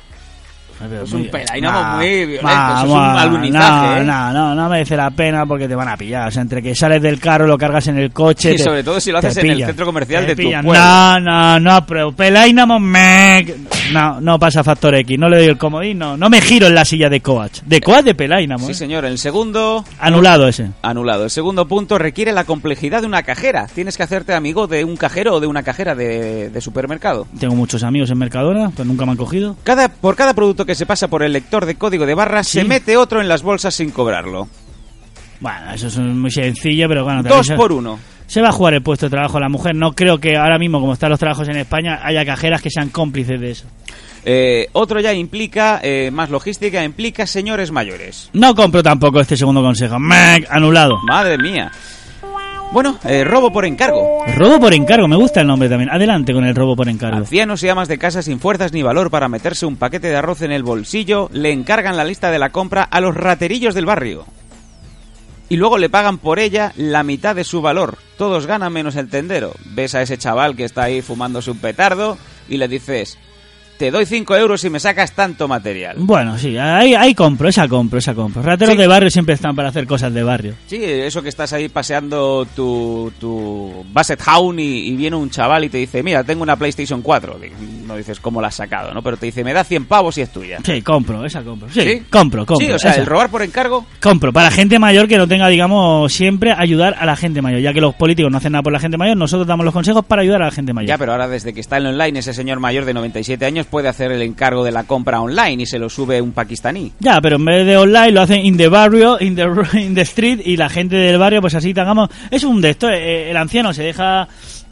F: Es
E: un pelainamo muy violento, eso es un
F: No,
E: alunizaje, ¿eh?
F: no, no, no merece la pena porque te van a pillar. O sea, entre que sales del carro, lo cargas en el coche.
E: Y
F: te-
E: sobre todo si lo
F: te
E: haces en el
F: pillan,
E: centro comercial
F: te
E: de tu
F: pillan.
E: pueblo.
F: No, no, no, pero Pelainamo me. No, no pasa factor X. No le doy el comodín, no. No me giro en la silla de Coach. De Coach de Pelainamo.
E: Sí,
F: ¿eh?
E: señor. El segundo...
F: Anulado ese.
E: Anulado. El segundo punto requiere la complejidad de una cajera. Tienes que hacerte amigo de un cajero o de una cajera de, de supermercado.
F: Tengo muchos amigos en Mercadona, pero nunca me han cogido.
E: Cada, por cada producto que se pasa por el lector de código de barra,
F: Sí.
E: se mete otro en las bolsas sin cobrarlo.
F: Bueno, eso es muy sencillo, pero bueno. también
E: Dos
F: se-
E: por uno.
F: Se va a jugar el puesto de trabajo a la mujer. No creo que ahora mismo, como están los trabajos en España, haya cajeras que sean cómplices de eso.
E: Eh, otro ya implica, eh, más logística, implica señores mayores.
F: No compro tampoco este segundo consejo. Mec, anulado.
E: Madre mía. Bueno, eh, robo por encargo.
F: Robo por encargo, me gusta el nombre también. Adelante con el robo por encargo.
E: Ancianos y amas de casa sin fuerzas ni valor para meterse un paquete de arroz en el bolsillo le encargan la lista de la compra a los raterillos del barrio. Y luego le pagan por ella la mitad de su valor. Todos ganan menos el tendero. Ves a ese chaval que está ahí fumándose un petardo y le dices, te doy 5 euros si me sacas tanto material.
F: Bueno, sí, ahí, ahí compro, esa compro, esa compro. Rateros
E: Sí.
F: de barrio siempre están para hacer cosas de barrio.
E: Sí, eso que estás ahí paseando tu, tu Basset Hound y, y viene un chaval y te dice, mira, tengo una PlayStation 4. Di- No dices cómo la has sacado, ¿no? Pero te dice, me da 100 pavos y es tuya.
F: Sí, compro, esa compro. Sí, compro, compro.
E: Sí, o sea,
F: esa.
E: el robar por encargo.
F: Compro, para gente mayor que no tenga, digamos, siempre ayudar a la gente mayor. Ya que los políticos no hacen nada por la gente mayor, nosotros damos los consejos para ayudar a la gente mayor.
E: Ya, pero ahora desde que está en online, ese señor mayor de 97 años puede hacer el encargo de la compra online y se lo sube un pakistaní.
F: Ya, pero en vez de online lo hacen in the barrio, in the, [laughs] in the street y la gente del barrio pues así tengamos... Es un de esto, eh, el anciano se deja...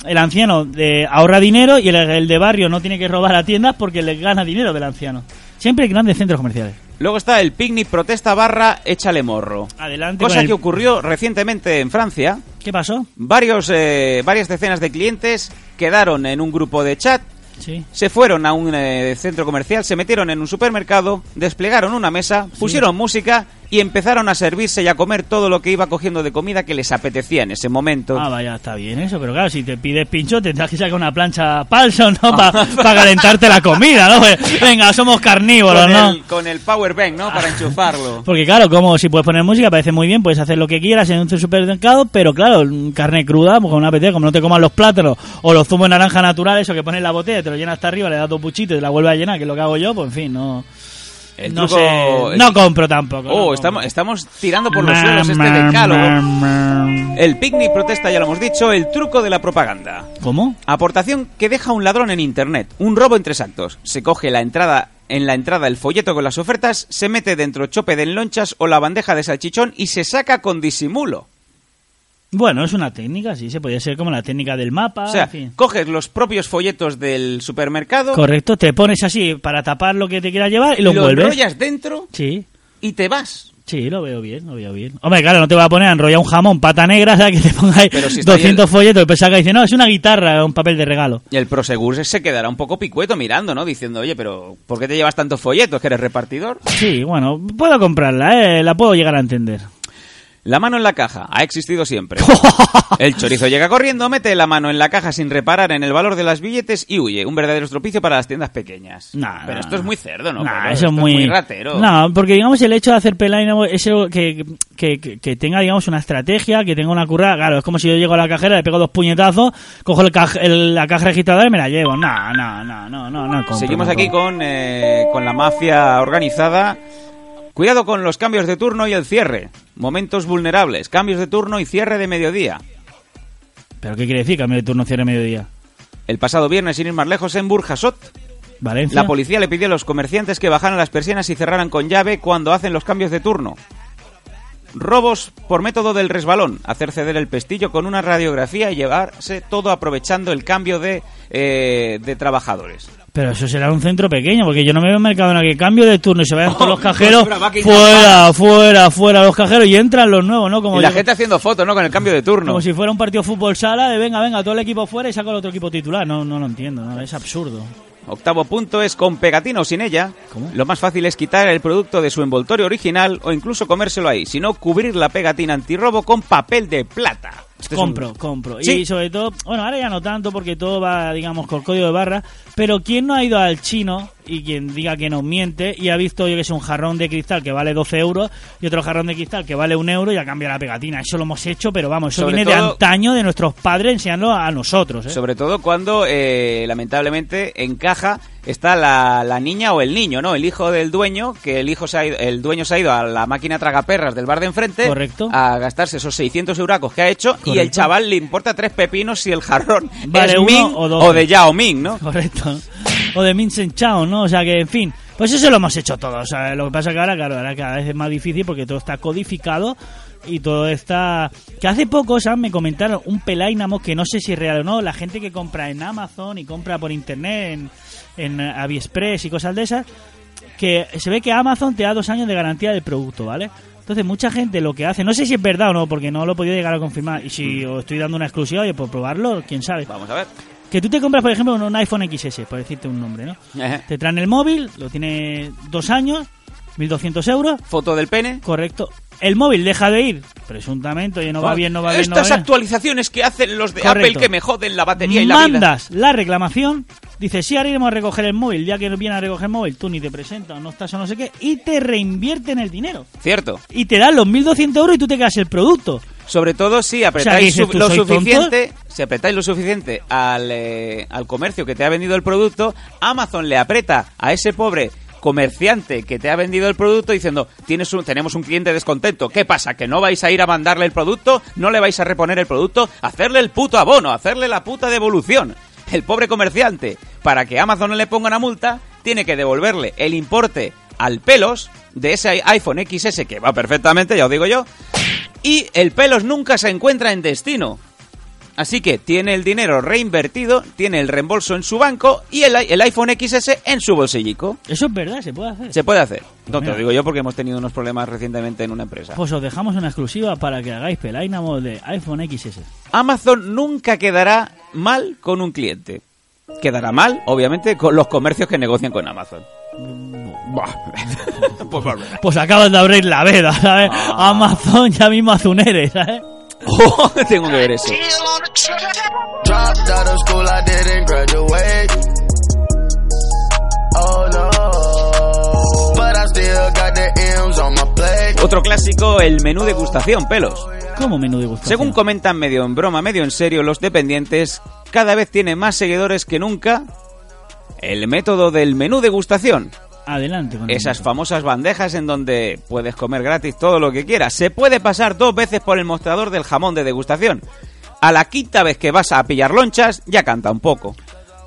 F: El anciano de- ahorra dinero y el, el de barrio no tiene que robar a tiendas porque le gana dinero del anciano. Siempre hay grandes centros comerciales.
E: Luego está el picnic protesta barra échale morro.
F: Adelante.
E: Cosa
F: con el-
E: que ocurrió recientemente en Francia.
F: ¿Qué pasó?
E: Varios, eh, varias decenas de clientes quedaron en un grupo de chat
F: Sí.
E: Se fueron a un eh, centro comercial, se metieron en un supermercado, desplegaron una mesa, pusieron música y empezaron a servirse y a comer todo lo que iba cogiendo de comida que les apetecía en ese momento.
F: Ah, vaya, está bien eso, pero claro, si te pides pincho tendrás que sacar una plancha Palson,
E: [laughs]
F: ¿no? Para calentarte la comida, ¿no? Pues, venga, somos carnívoros,
E: con,
F: ¿no?
E: el, con el power bank, ¿no?
F: Ah.
E: Para
F: [laughs]
E: enchufarlo.
F: Porque claro, como si puedes poner música, parece muy bien, puedes hacer lo que quieras en un supermercado, pero claro, mm, carne cruda, pues, con una apetece, como no te comas los plátanos o los zumos de naranja naturales, eso que pones en la botella, te lo llenas hasta arriba, le das dos puchitos y te la vuelves a llenar, que es lo que hago yo, pues en fin, no...
E: El
F: no
E: truco-
F: sé,
E: el-
F: no compro tampoco. no
E: Oh,
F: compro.
E: estamos, estamos tirando por los
F: Ma,
E: suelos este
F: ma,
E: decálogo.
F: ma, ma.
E: El picnic protesta, ya lo hemos dicho, el truco de la propaganda.
F: ¿Cómo?
E: Aportación que deja un ladrón en internet. Un robo en tres actos. Se coge la entrada, en la entrada el folleto con las ofertas, se mete dentro chope de lonchas o la bandeja de salchichón y se saca con disimulo.
F: Bueno, es una técnica, sí, se podría ser como la técnica del mapa,
E: o sea,
F: Ah, en fin.
E: coges los propios folletos del supermercado,
F: Correcto, te pones así para tapar lo que te quieras llevar y lo,
E: lo
F: envuelves.
E: enrollas dentro
F: Sí,
E: y te vas.
F: sí, lo veo bien, lo veo bien. Hombre, claro, no te voy a poner a enrollar un jamón pata negra, [laughs] ¿sabes? Que te pongáis
E: Pero si está
F: 200
E: ahí
F: folletos y pues saca y dice, no, es una guitarra, un papel de regalo.
E: Y el Prosegur se quedará un poco picueto mirando, ¿no? Diciendo, oye, pero ¿por qué te llevas tantos folletos? ¿Que eres repartidor?
F: Sí, bueno, puedo comprarla, ¿eh? la puedo llegar a entender.
E: La mano en la caja ha existido
F: [laughs]
E: siempre. El chorizo llega corriendo, mete la mano en la caja sin reparar en el valor de las billetes y huye. Un verdadero estropicio para las tiendas pequeñas.
F: Nah,
E: Pero
F: nah.
E: esto es muy cerdo, ¿no?
F: Nah,
E: Pedro?
F: eso
E: Esto
F: es muy...
E: ratero.
F: No, porque digamos el hecho de hacer pelaino es algo que, que, que- que tenga, digamos, una estrategia, que tenga una curra. Claro, es como si yo llego a la cajera, le pego dos puñetazos, cojo el caj- el- la caja registradora y me la llevo. No, no, no, no, no, no. compro,
E: Seguimos
F: no
E: aquí
F: compro.
E: con, eh, con la mafia organizada. Cuidado con los cambios de turno y el cierre. Momentos vulnerables. Cambios de turno y cierre de mediodía.
F: ¿Pero qué quiere decir cambio de turno cierre mediodía?
E: El pasado viernes, sin ir más lejos, en Burjasot,
F: ¿Valencia?
E: la policía le pidió a los comerciantes que bajaran las persianas y cerraran con llave cuando hacen los cambios de turno. Robos por método del resbalón, hacer ceder el pestillo con una radiografía y llevarse todo aprovechando el cambio de, eh, de trabajadores.
F: Pero eso será un centro pequeño, porque yo no me veo en Mercadona que cambio de turno y se vayan
E: [laughs]
F: todos los cajeros
E: pero va a quitar
F: fuera, fuera, fuera los cajeros y entran los nuevos, ¿no? Como
E: y la
F: yo-
E: gente haciendo fotos, ¿no? Con el cambio de turno.
F: Como si fuera un partido fútbol sala de venga, venga, todo el equipo fuera y saco al otro equipo titular. No, no lo entiendo, no, es absurdo.
E: Octavo punto es con pegatina o sin ella.
F: ¿Cómo?
E: Lo más fácil es quitar el producto de su envoltorio original o incluso comérselo ahí, sino cubrir la pegatina antirrobo con papel de plata. Este es un-
F: compro, compro.
E: Sí.
F: Y sobre todo, bueno, ahora ya no tanto porque todo va, digamos, con código de barra, pero quien no ha ido al chino y quien diga que nos miente y ha visto, yo que sé, un jarrón de cristal que vale 12 euros y otro jarrón de cristal que vale un euro y ha cambiado la pegatina? Eso lo hemos hecho, pero vamos, eso
E: Sobre
F: viene de
E: todo-
F: antaño de nuestros padres enseñando a nosotros. ¿eh?
E: Sobre todo cuando, eh, lamentablemente, en caja está la, la niña o el niño, ¿no? El hijo del dueño, que el hijo se ha ido- el dueño se ha ido a la máquina tragaperras del bar de enfrente
F: Correcto.
E: a gastarse esos 600 euracos que ha hecho y el
F: Correcto.
E: chaval le importa tres pepinos si el jarrón
F: [laughs] Vale
E: es
F: uno
E: Ming
F: o doce.
E: de Yao Ming, ¿no?
F: [laughs] Correcto. O de Vincent Chao, ¿no? O sea que, en fin, pues eso lo hemos hecho todos. O sea, lo que pasa que ahora, claro, ahora cada vez es más difícil porque todo está codificado y todo está... Que hace poco, o sea, me comentaron un pelainamo que no sé si es real o no, la gente que compra en Amazon y compra por internet, en, en AliExpress y cosas de esas, que se ve que Amazon te da dos años de garantía del producto, ¿vale? Entonces, mucha gente lo que hace, no sé si es verdad o no, porque no lo he podido llegar a confirmar. Y si os estoy dando una exclusiva, oye, por probarlo, quién sabe.
E: Vamos a ver.
F: Que tú te compras, por ejemplo, un iPhone XS, por decirte un nombre, ¿no? Te traen el móvil, lo tiene dos años, 1.200 euros.
E: [laughs] ¿Foto del pene?
F: Correcto. El móvil deja de ir, presuntamente, oye, no
E: Ah,
F: va bien, no va bien, no va
E: Estas
F: bien.
E: actualizaciones que hacen los de
F: Correcto.
E: Apple que me joden la batería y la vida.
F: Mandas la reclamación, dices, sí, ahora iremos a recoger el móvil. Ya que viene a recoger el móvil, tú ni te presentas, no estás o no sé qué, y te reinvierten el dinero.
E: Cierto.
F: Y te dan los 1.200 euros y tú te quedas el producto.
E: Sobre todo si
F: O sea, que
E: apretáis
F: dices
E: su-
F: tú,
E: lo
F: ¿soy tonto?
E: suficiente, si apretáis lo suficiente al, eh, al comercio que te ha vendido el producto, Amazon le aprieta a ese pobre comerciante que te ha vendido el producto diciendo tienes un, tenemos un cliente descontento qué pasa que no vais a ir a mandarle el producto no le vais a reponer el producto hacerle el puto abono hacerle la puta devolución el pobre comerciante para que Amazon no le ponga una multa tiene que devolverle el importe al pelos de ese iPhone XS que va perfectamente ya os digo yo y el pelos nunca se encuentra en destino. Así que tiene el dinero reinvertido, tiene el reembolso en su banco y el, i- el iPhone XS en su bolsillico.
F: Eso es verdad, se puede hacer.
E: Se puede hacer. No te
F: Mira.
E: lo digo yo porque hemos tenido unos problemas recientemente en una empresa.
F: Pues os dejamos una exclusiva para que hagáis pelainnamos de iPhone XS.
E: Amazon nunca quedará mal con un cliente. Quedará mal, obviamente, con los comercios que negocian con Amazon. Buah. [laughs] pues [laughs] volverá.
F: Pues acabas de abrir la veda, ¿sabes?
E: Ah.
F: Amazon ya mismo hace un ERE, ¿sabes?
E: oh, Tengo que ver eso.
H: Dropped out of school, I didn't graduate. Oh no. But I still got the M's on my plate.
E: Otro clásico, el menú degustación, pelos.
F: ¿Cómo menú de gusto?
E: Según comentan medio en broma, medio en serio, los dependientes cada vez tiene más seguidores que nunca. El método del menú degustación.
F: Adelante con el
E: Esas
F: menú.
E: famosas bandejas en donde puedes comer gratis todo lo que quieras. Se puede pasar dos veces por el mostrador del jamón de degustación. A la quinta vez que vas a pillar lonchas, ya canta un poco.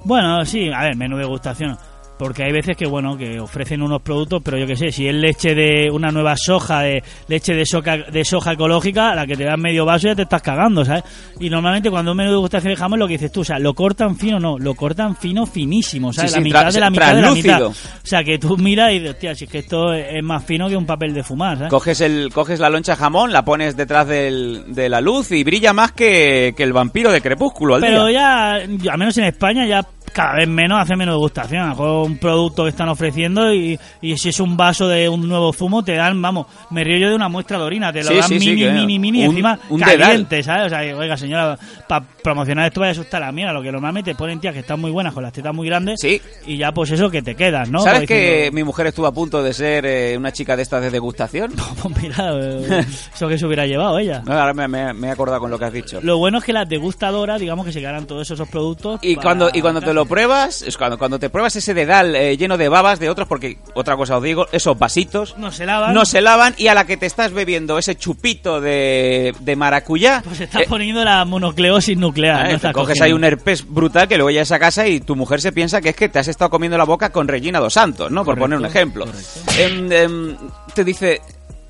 F: Bueno, sí, a ver, menú de gustación. Porque hay veces que, bueno, que ofrecen unos productos, pero yo qué sé, si es leche de una nueva soja, de leche de soja, de soja ecológica, a la que te dan medio vaso ya te estás cagando, ¿sabes? Y normalmente cuando un menú de gustación de jamón, lo que dices tú, o sea, lo cortan fino, no, lo cortan fino, finísimo, ¿sabes?
E: Sí,
F: la
E: sí,
F: mitad
E: tra-
F: de la mitad de la mitad. O
E: translúcido.
F: sea, que tú miras y dices, hostia, si es que esto es más fino que un papel de fumar, ¿sabes?
E: Coges, el, coges la loncha jamón, la pones detrás del- de la luz y brilla más que, que el vampiro de crepúsculo. Al
F: Pero
E: día.
F: ya, yo, al menos en España, ya cada vez menos hace menos degustación. A lo mejor un producto que están ofreciendo y, y si es un vaso de un nuevo zumo, te dan, vamos, me río yo de una muestra de orina, te lo
E: Sí,
F: dan
E: sí, sí,
F: mini,
E: que-
F: mini, mini,
E: un-
F: encima
E: un dedal.
F: caliente, ¿sabes? O sea, digo, oiga, señora, para promocionar esto vaya a asustar a la mierda, lo que normalmente ponen tías que están muy buenas, con las tetas muy grandes,
E: Sí.
F: y ya pues eso que te quedas, ¿no?
E: ¿Sabes
F: Pues
E: que
F: diciendo,
E: mi mujer estuvo a punto de ser eh, una chica de estas de
F: [laughs]
E: degustación?
F: pues mira, eh, eso que se hubiera llevado ella.
E: No, ahora me, me- me he acordado con lo que has dicho.
F: Lo bueno es que las degustadoras, digamos que se quedaran todos esos productos.
E: Y
F: para
E: cuando, y cuando te lo
F: casa.
E: pruebas, es cuando, cuando te pruebas ese dedal eh, lleno de babas de otros, porque otra cosa os digo, esos vasitos
F: No se lavan.
E: no se lavan y a la que te estás bebiendo ese chupito de, de maracuyá,
F: Pues estás
E: eh,
F: poniendo la monocleosis nuclear.
E: eh,
F: no
E: te
F: estás
E: coges
F: cogiendo.
E: ahí un herpes brutal que luego llegas a casa y tu mujer se piensa que es que te has estado comiendo la boca con Regina dos Santos, ¿no? Por
F: Correcto,
E: poner un ejemplo.
F: correcto.
E: Em, em, te dice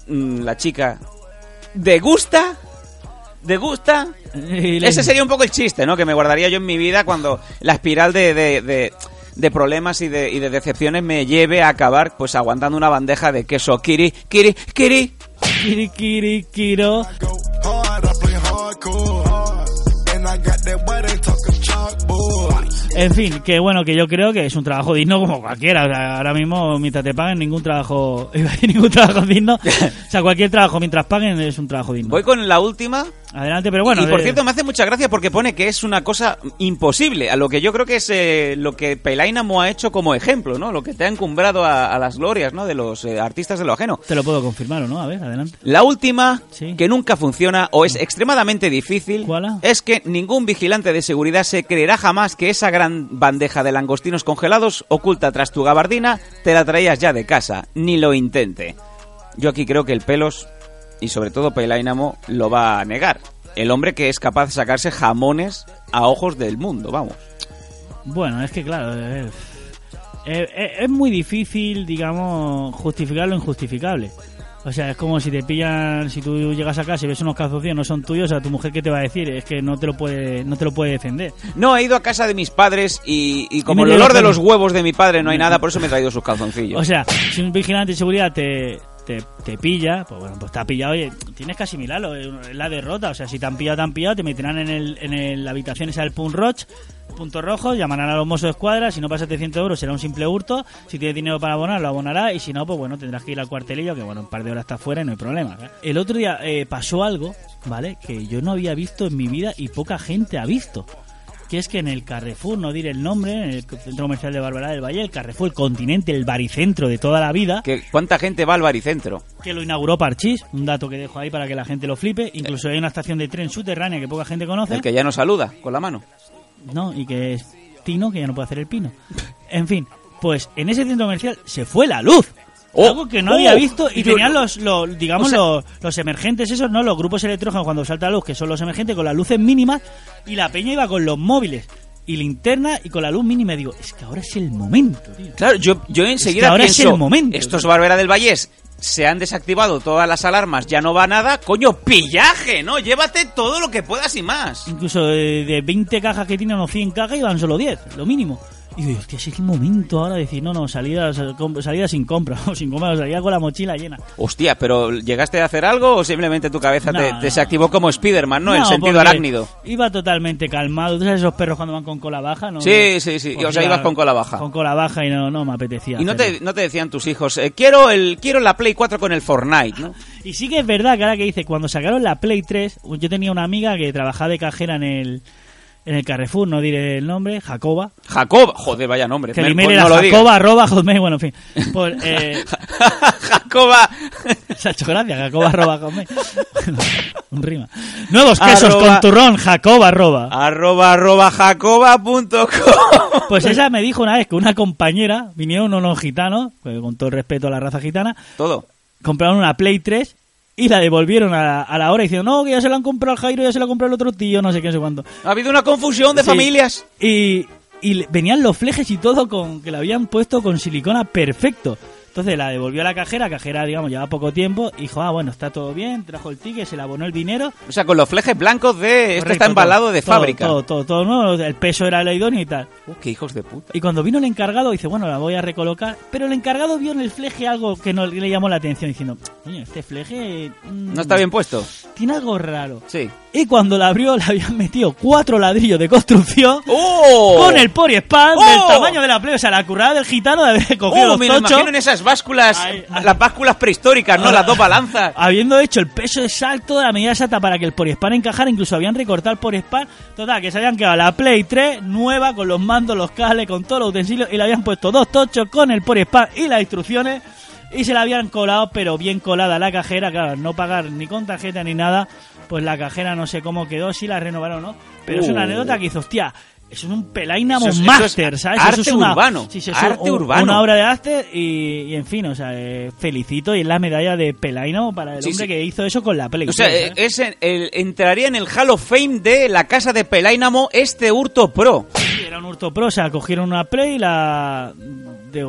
E: mm, la chica, ¿degusta? ¿Degusta?
F: Y le-
E: Ese sería un poco el chiste, ¿no? Que me guardaría yo en mi vida cuando la espiral de, de- de- de problemas y de, y de decepciones me lleve a acabar pues aguantando una bandeja de queso kiri, kiri, kiri.
F: Kiri, kiri, kiro.
H: Go hard, I play hardcore. And I got that wedding talking chalkboard.
F: En fin, que bueno, que yo creo que es un trabajo digno como cualquiera. O sea, ahora mismo, mientras te paguen, ningún trabajo. [laughs] iba a decir ningún trabajo digno. O sea, cualquier trabajo mientras paguen es un trabajo digno.
E: Voy con la última.
F: Adelante, pero bueno. eh,
E: y por
F: de-
E: cierto, me hace mucha gracia porque pone que es una cosa imposible, a lo que yo creo que es eh, lo que Pelainamo ha hecho como ejemplo, ¿no? Lo que te ha encumbrado a, a las glorias, ¿no? De los eh, artistas de lo ajeno.
F: Te lo puedo confirmar o no, a ver, adelante.
E: La última,
F: Sí. Mm.
E: que nunca funciona o es extremadamente difícil,
F: ¿Cuál?
E: es que ningún vigilante de seguridad se creerá jamás que esa gran bandeja de langostinos congelados oculta tras tu gabardina te la traías ya de casa. Ni lo intente. Yo aquí creo que el pelos, y sobre todo Pelainamo, lo va a negar. El hombre que es capaz de sacarse jamones a ojos del mundo, vamos.
F: Bueno, es que claro. eh, eh, eh, es muy difícil, digamos, justificar lo injustificable. O sea, es como si te pillan, si tú llegas a casa y ves unos calzoncillos no son tuyos, a tu mujer qué te va a decir, es que no te lo puede, no te lo puede defender.
E: No, he ido a casa de mis padres y, y
F: Y
E: como
F: me
E: el olor de
F: dejaron. Mm.
E: los huevos de mi padre no hay nada, por eso me he traído sus calzoncillos.
F: O sea, si un vigilante de seguridad te, te, te pilla, pues bueno, pues te ha pillado, oye, tienes que asimilarlo, es la derrota, o sea, si te han pillado, te han pillado, te meterán en, el, en el- la habitación esa del Pun Roch, punto rojo, llamarán a los mozos de escuadra, si no pasa 700 euros será un simple hurto, si tienes dinero para abonar, lo abonará, y si no, pues bueno, tendrás que ir al cuartelillo, que bueno, un par de horas está fuera y no hay problema. ¿eh? El otro día eh, pasó algo, ¿vale? Que yo no había visto en mi vida y poca gente ha visto que es que en el Carrefour, no diré el nombre, en el centro comercial de Barberá del Valle, el Carrefour, el continente, el baricentro de toda la vida.
E: ¿Cuánta gente va al baricentro?
F: Que lo inauguró Parchís, un dato que dejo ahí para que la gente lo flipe. Incluso hay una estación de tren subterránea que poca gente conoce.
E: El que ya no saluda con la mano.
F: No, y que es Tino, que ya no puede hacer el pino. En fin, pues en ese centro comercial se fue la luz. Algo que no
E: Oh.
F: había visto y
E: Yo-
F: tenían los, los, digamos,
E: O sea-
F: los, los emergentes esos, ¿no? Los grupos electrógenos cuando salta la luz, que son los emergentes con las luces mínimas y la peña iba con los móviles y linterna y con la luz mínima. Y digo, es que ahora es el momento, tío.
E: Claro, yo, yo enseguida
F: ahora es
E: pienso,
F: el momento.
E: estos Barbera del Vallés se han desactivado todas las alarmas, ya no va nada, coño, pillaje, ¿no? Llévate todo lo que puedas y más.
F: Incluso de, de 20 cajas que tienen o 100 cajas iban solo 10, lo mínimo. Y digo, hostia, si es el momento ahora de decir, no, no, salida, sal- com- salida sin compra, [laughs] o sin compra, salida con la mochila llena.
E: Hostia, pero ¿llegaste a hacer algo o simplemente tu cabeza te,
F: No,
E: te se activó como Spiderman, ¿no? En sentido
F: porque
E: arácnido.
F: Iba totalmente calmado. ¿Tú sabes esos perros cuando van con cola baja? No,
E: Sí, sí, sí.
F: Pues
E: o sea,
F: iba
E: ibas con cola baja.
F: Con cola baja y no, no me apetecía.
E: Y no
F: hacerlo.
E: te, no te decían tus hijos, eh, quiero el quiero la Play 4 con el Fortnite, ¿no?
F: Y sí que es verdad que ahora que dices, cuando sacaron la Play 3, yo tenía una amiga que trabajaba de cajera en el, en el Carrefour, no diré el nombre, Jacoba.
E: Jacob, joder, vaya nombre.
F: Que
E: me-
F: el email
E: pues
F: era
E: no lo digas.
F: jacoba arroba hotmail, bueno, en fin. Pues,
E: [laughs]
F: eh,
E: Jacoba. [laughs]
F: Se ha hecho gracia, jacoba arroba hotmail. [laughs] Un rima. Nuevos quesos
E: Arroba-
F: con turrón, jacoba arroba.
E: Arroba arroba jacoba punto com.
F: Pues ella me dijo una vez que una compañera, vinieron unos gitanos, pues con todo el respeto a la raza gitana,
E: Todo.
F: compraron una Play 3 y la devolvieron a la, a la hora diciendo, no, que ya se la han comprado al Jairo, ya se la ha comprado el otro tío, no sé qué, no sé cuánto.
E: Ha habido una confusión de
F: Sí.
E: familias.
F: Y, y le- venían los flejes y todo con que la habían puesto con silicona perfecto. Entonces la devolvió a la cajera, cajera, digamos, llevaba poco tiempo, y dijo, ah, bueno, está todo bien, trajo el ticket, se le abonó el dinero.
E: O sea, con los flejes blancos de... Este está
F: Correcto,
E: embalado
F: todo,
E: de
F: todo,
E: fábrica.
F: Todo, todo, todo nuevo, el peso era el idóneo y tal.
E: Uh, qué hijos de puta.
F: Y cuando vino el encargado, dice, bueno, la voy a recolocar. Pero el encargado vio en el fleje algo que no le llamó la atención, diciendo, coño, este fleje... mm,
E: No está bien puesto.
F: Tiene algo raro.
E: Sí.
F: Y cuando la abrió, le habían metido cuatro ladrillos de construcción.
E: ¡Oh!
F: Con el pori spam del
E: ¡Oh!
F: tamaño de la plebe, o sea, la currada del gitano de haber cogido
E: Oh,
F: los
E: me lo
F: tochos,
E: imagino en esas básculas, las básculas prehistóricas, ¿no? Las dos
F: Ah.
E: balanzas.
F: [laughs] habiendo hecho el peso exacto de la medida exacta para que el pori spam encajara, incluso habían recortado el pori spam, total, que se habían quedado la Play 3 nueva, con los mandos, los cables, con todos los utensilios, y le habían puesto dos tochos con el pori spam y las instrucciones, y se la habían colado, pero bien colada a la cajera, claro, al no pagar ni con tarjeta ni nada, pues la cajera no sé cómo quedó, si la renovaron o no, pero es una
E: Uh.
F: anécdota que dice, hostia, eso es un
E: Eso
F: Pelainamo
E: es- eso
F: Master,
E: es
F: ¿sabes?
E: arte
F: eso es una,
E: urbano,
F: sí, sí, eso es
E: arte
F: un-
E: urbano.
F: Una obra de arte y, y en fin, o sea, eh, felicito y es la medalla de Pelainamo para el
E: Sí,
F: hombre
E: sí.
F: que hizo eso con la Play.
E: O sea,
F: tres,
E: eh,
F: ¿eh?
E: es en- el- entraría en el Hall of Fame de la casa de Pelainamo este hurto
F: [laughs]
E: pro.
F: Sí, Era un hurto pro, o sea, cogieron una Play, la de,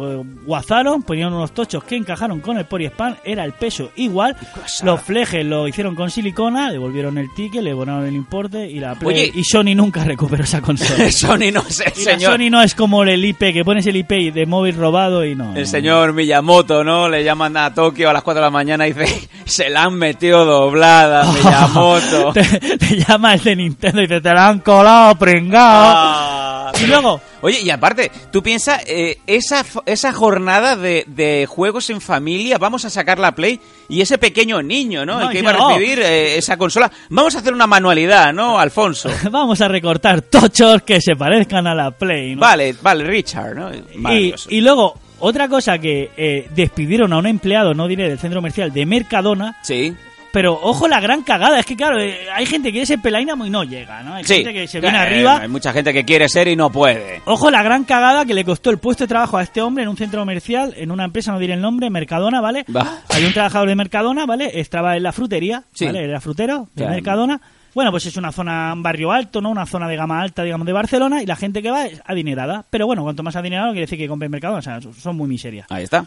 F: guazaron, ponían unos tochos que encajaron con el Porispan, era el peso igual, los flejes lo hicieron con silicona, devolvieron el ticket, le abonaron el importe y la Play...
E: Oye.
F: y Sony nunca recuperó esa
E: [laughs]
F: consola.
E: Sony no sé,
F: Y la
E: señor.
F: Sony no es como el IP, que pones el IP de móvil robado y no.
E: El señor Miyamoto, ¿no? Le llaman a Tokio a las 4 de la mañana y dice, se la han metido
F: [laughs]
E: doblada, Miyamoto.
F: te, te llama el de Nintendo y te, te la han colado, pringao.
E: Ah,
F: y luego,
E: Oye, y aparte, tú piensas, esa, f- esa jornada de, de juegos en familia, vamos a sacar la Play y ese pequeño niño, ¿no?
F: No,
E: el que
F: y
E: iba a
F: no.
E: recibir eh, esa consola. Vamos a hacer una manualidad,
F: [laughs]
E: ¿no, Alfonso?
F: vamos a recortar tochos que se parezcan a la Play. ¿no?
E: Vale, vale, Richard, ¿no?
F: Y,
E: Maravilloso.
F: y luego, otra cosa que eh, despidieron a un empleado, no diré del centro comercial, de Mercadona.
E: Sí.
F: Pero ojo la gran cagada, es que claro, eh, hay gente que quiere ser pelainamo y no llega, ¿no? Hay
E: Sí.
F: gente que se viene
E: Eh,
F: arriba
E: Hay mucha gente que quiere ser y no puede.
F: Ojo la gran cagada que le costó el puesto de trabajo a este hombre en un centro comercial, en una empresa, no diré el nombre, Mercadona, ¿vale?
E: Va.
F: Hay un trabajador de Mercadona, ¿vale? Estaba en la frutería,
E: Sí.
F: ¿vale? Era frutero de
E: Ya.
F: Mercadona. Bueno, pues es una zona, un barrio alto, ¿no? Una zona de gama alta, digamos, de Barcelona, y la gente que va es adinerada. Pero bueno, cuanto más adinerado quiere decir que compre en Mercadona, o sea, son muy miserias.
E: Ahí está.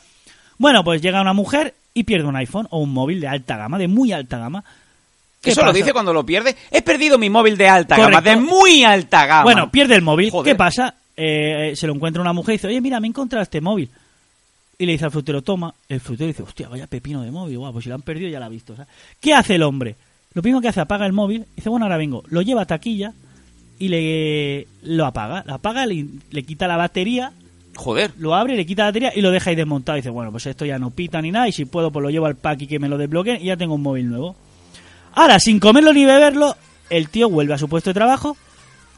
F: Bueno, pues llega una mujer y pierde un iPhone o un móvil de alta gama, de muy alta gama. ¿Qué
E: Eso lo
F: pasa?
E: dice cuando lo pierde. He perdido mi móvil de alta gama,
F: Correcto.
E: de muy alta gama.
F: Bueno, pierde el móvil.
E: Joder.
F: ¿Qué pasa? Eh, se lo encuentra una mujer y dice, oye, mira, me he encontrado este móvil. y le dice al frutero, toma. El frutero dice, hostia, vaya pepino de móvil, guau, pues si lo han perdido ya lo ha visto. ¿sabes? ¿Qué hace el hombre? Lo primero que hace, apaga el móvil, dice, bueno, ahora vengo, lo lleva a taquilla y le lo apaga. Lo apaga, le, le quita la batería.
C: Joder.
F: Lo abre, le quita la batería y lo deja ahí desmontado. Y dice, bueno, pues esto ya no pita ni nada y si puedo, pues lo llevo al pack y que me lo desbloqueen y ya tengo un móvil nuevo. Ahora, sin comerlo ni beberlo, el tío vuelve a su puesto de trabajo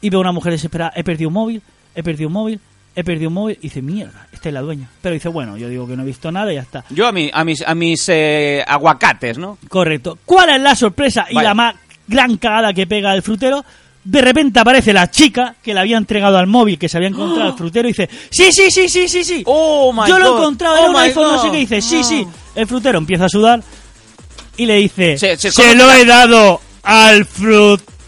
F: y ve a una mujer desesperada, he perdido un móvil, he perdido un móvil, he perdido un móvil. Y dice, mierda, esta es la dueña. Pero dice, bueno, yo digo que no he visto nada y ya está.
E: Yo a, mi- a mis, a mis eh, aguacates, ¿no?
F: Correcto. ¿Cuál es la sorpresa y
E: Vaya.
F: la más gran cagada que pega el frutero? De repente aparece la chica que le había entregado al móvil que se había
E: ¡Ah!
F: encontrado
E: [gasps]
F: el frutero y dice, sí, sí, sí, sí, sí, sí.
E: Oh my
F: Yo lo
E: God.
F: he encontrado,
E: Oh
F: era un
E: my
F: iPhone, no
E: God.
F: sé
E: Mm.
F: qué. Y dice, sí,
E: No.
F: sí. El frutero empieza a sudar y le dice, se,
E: se- ¿cómo te
F: lo
E: la-
F: he dado al frutero.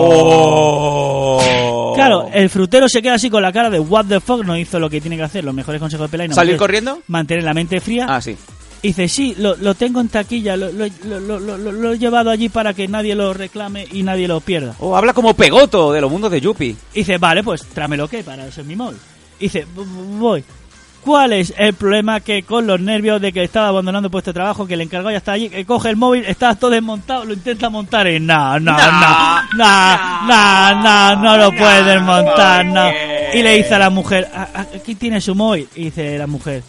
E: Oh.
F: Claro, el frutero se queda así con la cara de what the fuck, no hizo lo que tiene que hacer, los mejores consejos de Pelay. no
E: ¿Salir
F: mantener-
E: corriendo?
F: Mantener la mente fría.
E: Ah, sí.
F: Y dice, sí, lo, lo tengo en taquilla, lo, lo- lo- lo- lo- lo- lo he llevado allí para que nadie lo reclame y nadie lo pierda.
E: Oh, habla como Pegoto de los mundos de Yuppie.
F: Y dice, vale, pues trámelo que para eso es mi móvil. Y dice, "V- v- voy. ¿Cuál es el problema que con los nervios de que estaba abandonando el puesto de trabajo, que el encargado ya está allí, que coge el móvil, está todo desmontado, lo intenta montar y no, no, no, no, no, no, no lo puedes desmontar, no. Y le dice a la mujer, "A- a- aquí tiene su móvil. Y dice la mujer,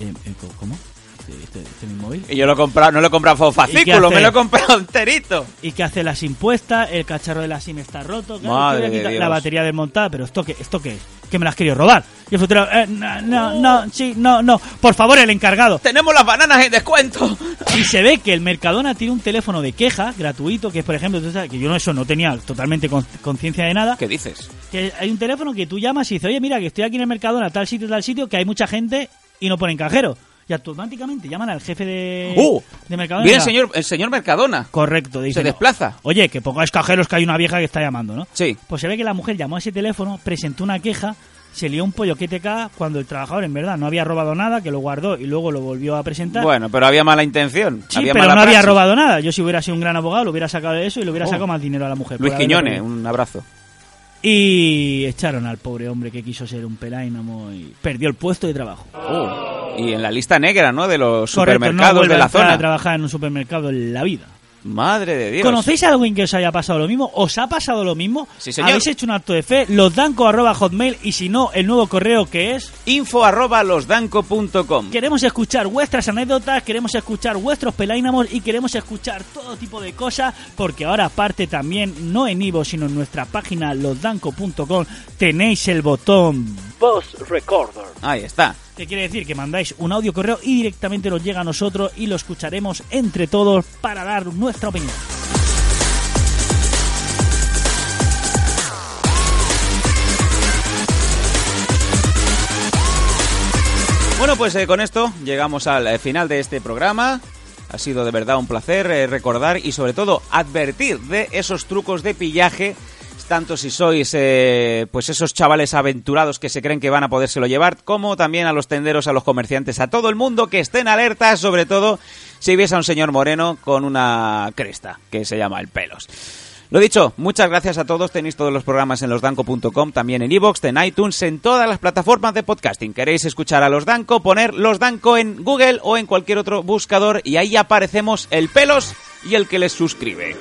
F: "Eh, eh, ¿cómo? Este- este- este es mi móvil?
E: Y yo lo he comprado, no lo he comprado por
F: ¿Y qué
E: fascículo,
F: hace?
E: me lo he comprado enterito.
F: y que hace las impuestas, el cacharro de la SIM está roto, claro,
E: Madre
F: quiere
E: de
F: quitar
E: Dios.
F: la batería desmontada, pero esto qué, esto qué es, que me las querido robar. Y el frutero, eh, no, no, no, sí, no, no, por favor, el encargado.
E: Tenemos las bananas en descuento.
F: Y se ve que el Mercadona tiene un teléfono de queja gratuito, que es por ejemplo, tú sabes que yo no eso no tenía totalmente con- conciencia de nada,
E: ¿Qué dices?
F: que hay un teléfono que tú llamas y dices, oye, mira, que estoy aquí en el Mercadona, tal sitio, tal sitio, que hay mucha gente y no ponen cajero. Y automáticamente llaman al jefe de,
E: ¡Uh!
F: Eh, de Mercadona. y
E: Viene el
F: diga,
E: señor, el señor Mercadona.
F: Correcto, dice.
E: Se desplaza.
F: Oye, que pongáis cajeros que hay una vieja que está llamando, ¿no?
E: Sí.
F: Pues se ve que la mujer llamó a ese teléfono, presentó una queja, se lió un pollo que te caga cuando el trabajador en verdad no había robado nada, que lo guardó y luego lo volvió a presentar.
E: Bueno, pero había mala intención.
F: sí,
E: había
F: pero no
E: mala
F: había
E: praxis.
F: robado nada. Yo si hubiera sido un gran abogado lo hubiera sacado de eso y le hubiera
E: Oh.
F: sacado más dinero a la mujer.
E: Luis
F: por haberlo
E: Quiñones,
F: perdido.
E: un abrazo.
F: Y echaron al pobre hombre que quiso ser un peláinamo y perdió el puesto de trabajo.
E: ¡Uh! Y en la lista negra, ¿no? De los
F: Correcto, no
E: supermercados de
F: vuelve a
E: la
F: entrar a
E: zona.
F: trabajar en un supermercado en la vida.
E: Madre de Dios.
F: ¿Conocéis a alguien que os haya pasado lo mismo? ¿Os ha pasado lo mismo?
E: Sí, señor.
F: ¿Habéis hecho un acto de fe? Losdanco arroba hotmail y si no, el nuevo correo que es...
E: Info arroba losdanco.com.
F: Queremos escuchar vuestras anécdotas, queremos escuchar vuestros peláinamos y queremos escuchar todo tipo de cosas porque ahora aparte también, no en Ivo, sino en nuestra página losdanco.com, tenéis el botón
D: Boss Recorder.
E: Ahí está.
F: que quiere decir que mandáis un audio correo y directamente nos llega a nosotros y lo escucharemos entre todos para dar nuestra opinión.
E: Bueno, pues eh, con esto llegamos al eh, final de este programa. Ha sido de verdad un placer eh, recordar y sobre todo advertir de esos trucos de pillaje, tanto si sois eh, pues esos chavales aventurados que se creen que van a podérselo llevar, como también a los tenderos, a los comerciantes, a todo el mundo que estén alertas, sobre todo si vies a un señor moreno con una cresta que se llama el pelos. Lo dicho, muchas gracias a todos. Tenéis todos los programas en losdanco.com, también en iVoox, en iTunes, en todas las plataformas de podcasting. ¿Queréis escuchar a Los Danco? Poner Los Danco en Google o en cualquier otro buscador y ahí aparecemos el pelos y el que les suscribe.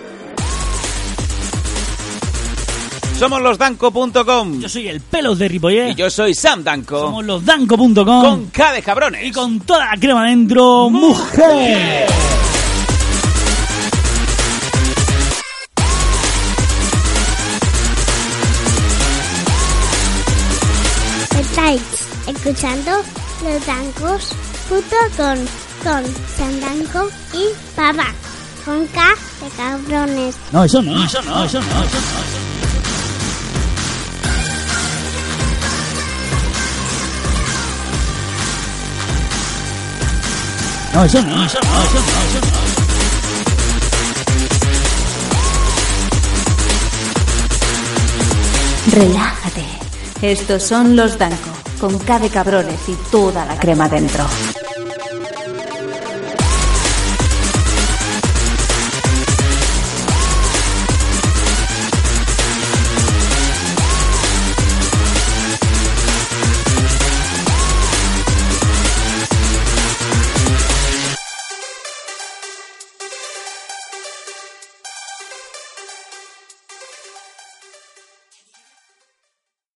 E: Somos losdanco.com
F: Yo soy el pelos de Ripollet.
E: y yo soy Sam Danco
F: Somos losdanco.com.
E: con K de cabrones.
F: Y con toda la crema dentro, mujer.
K: Estáis escuchando los dancos puto con, con Sandanco y Papá, con K de cabrones.
F: No, eso no, eso no, eso no, eso no. No, eso no, eso no, eso no, eso no.
B: Relájate. Estos son los Danco, con K de cabrones y toda la crema dentro.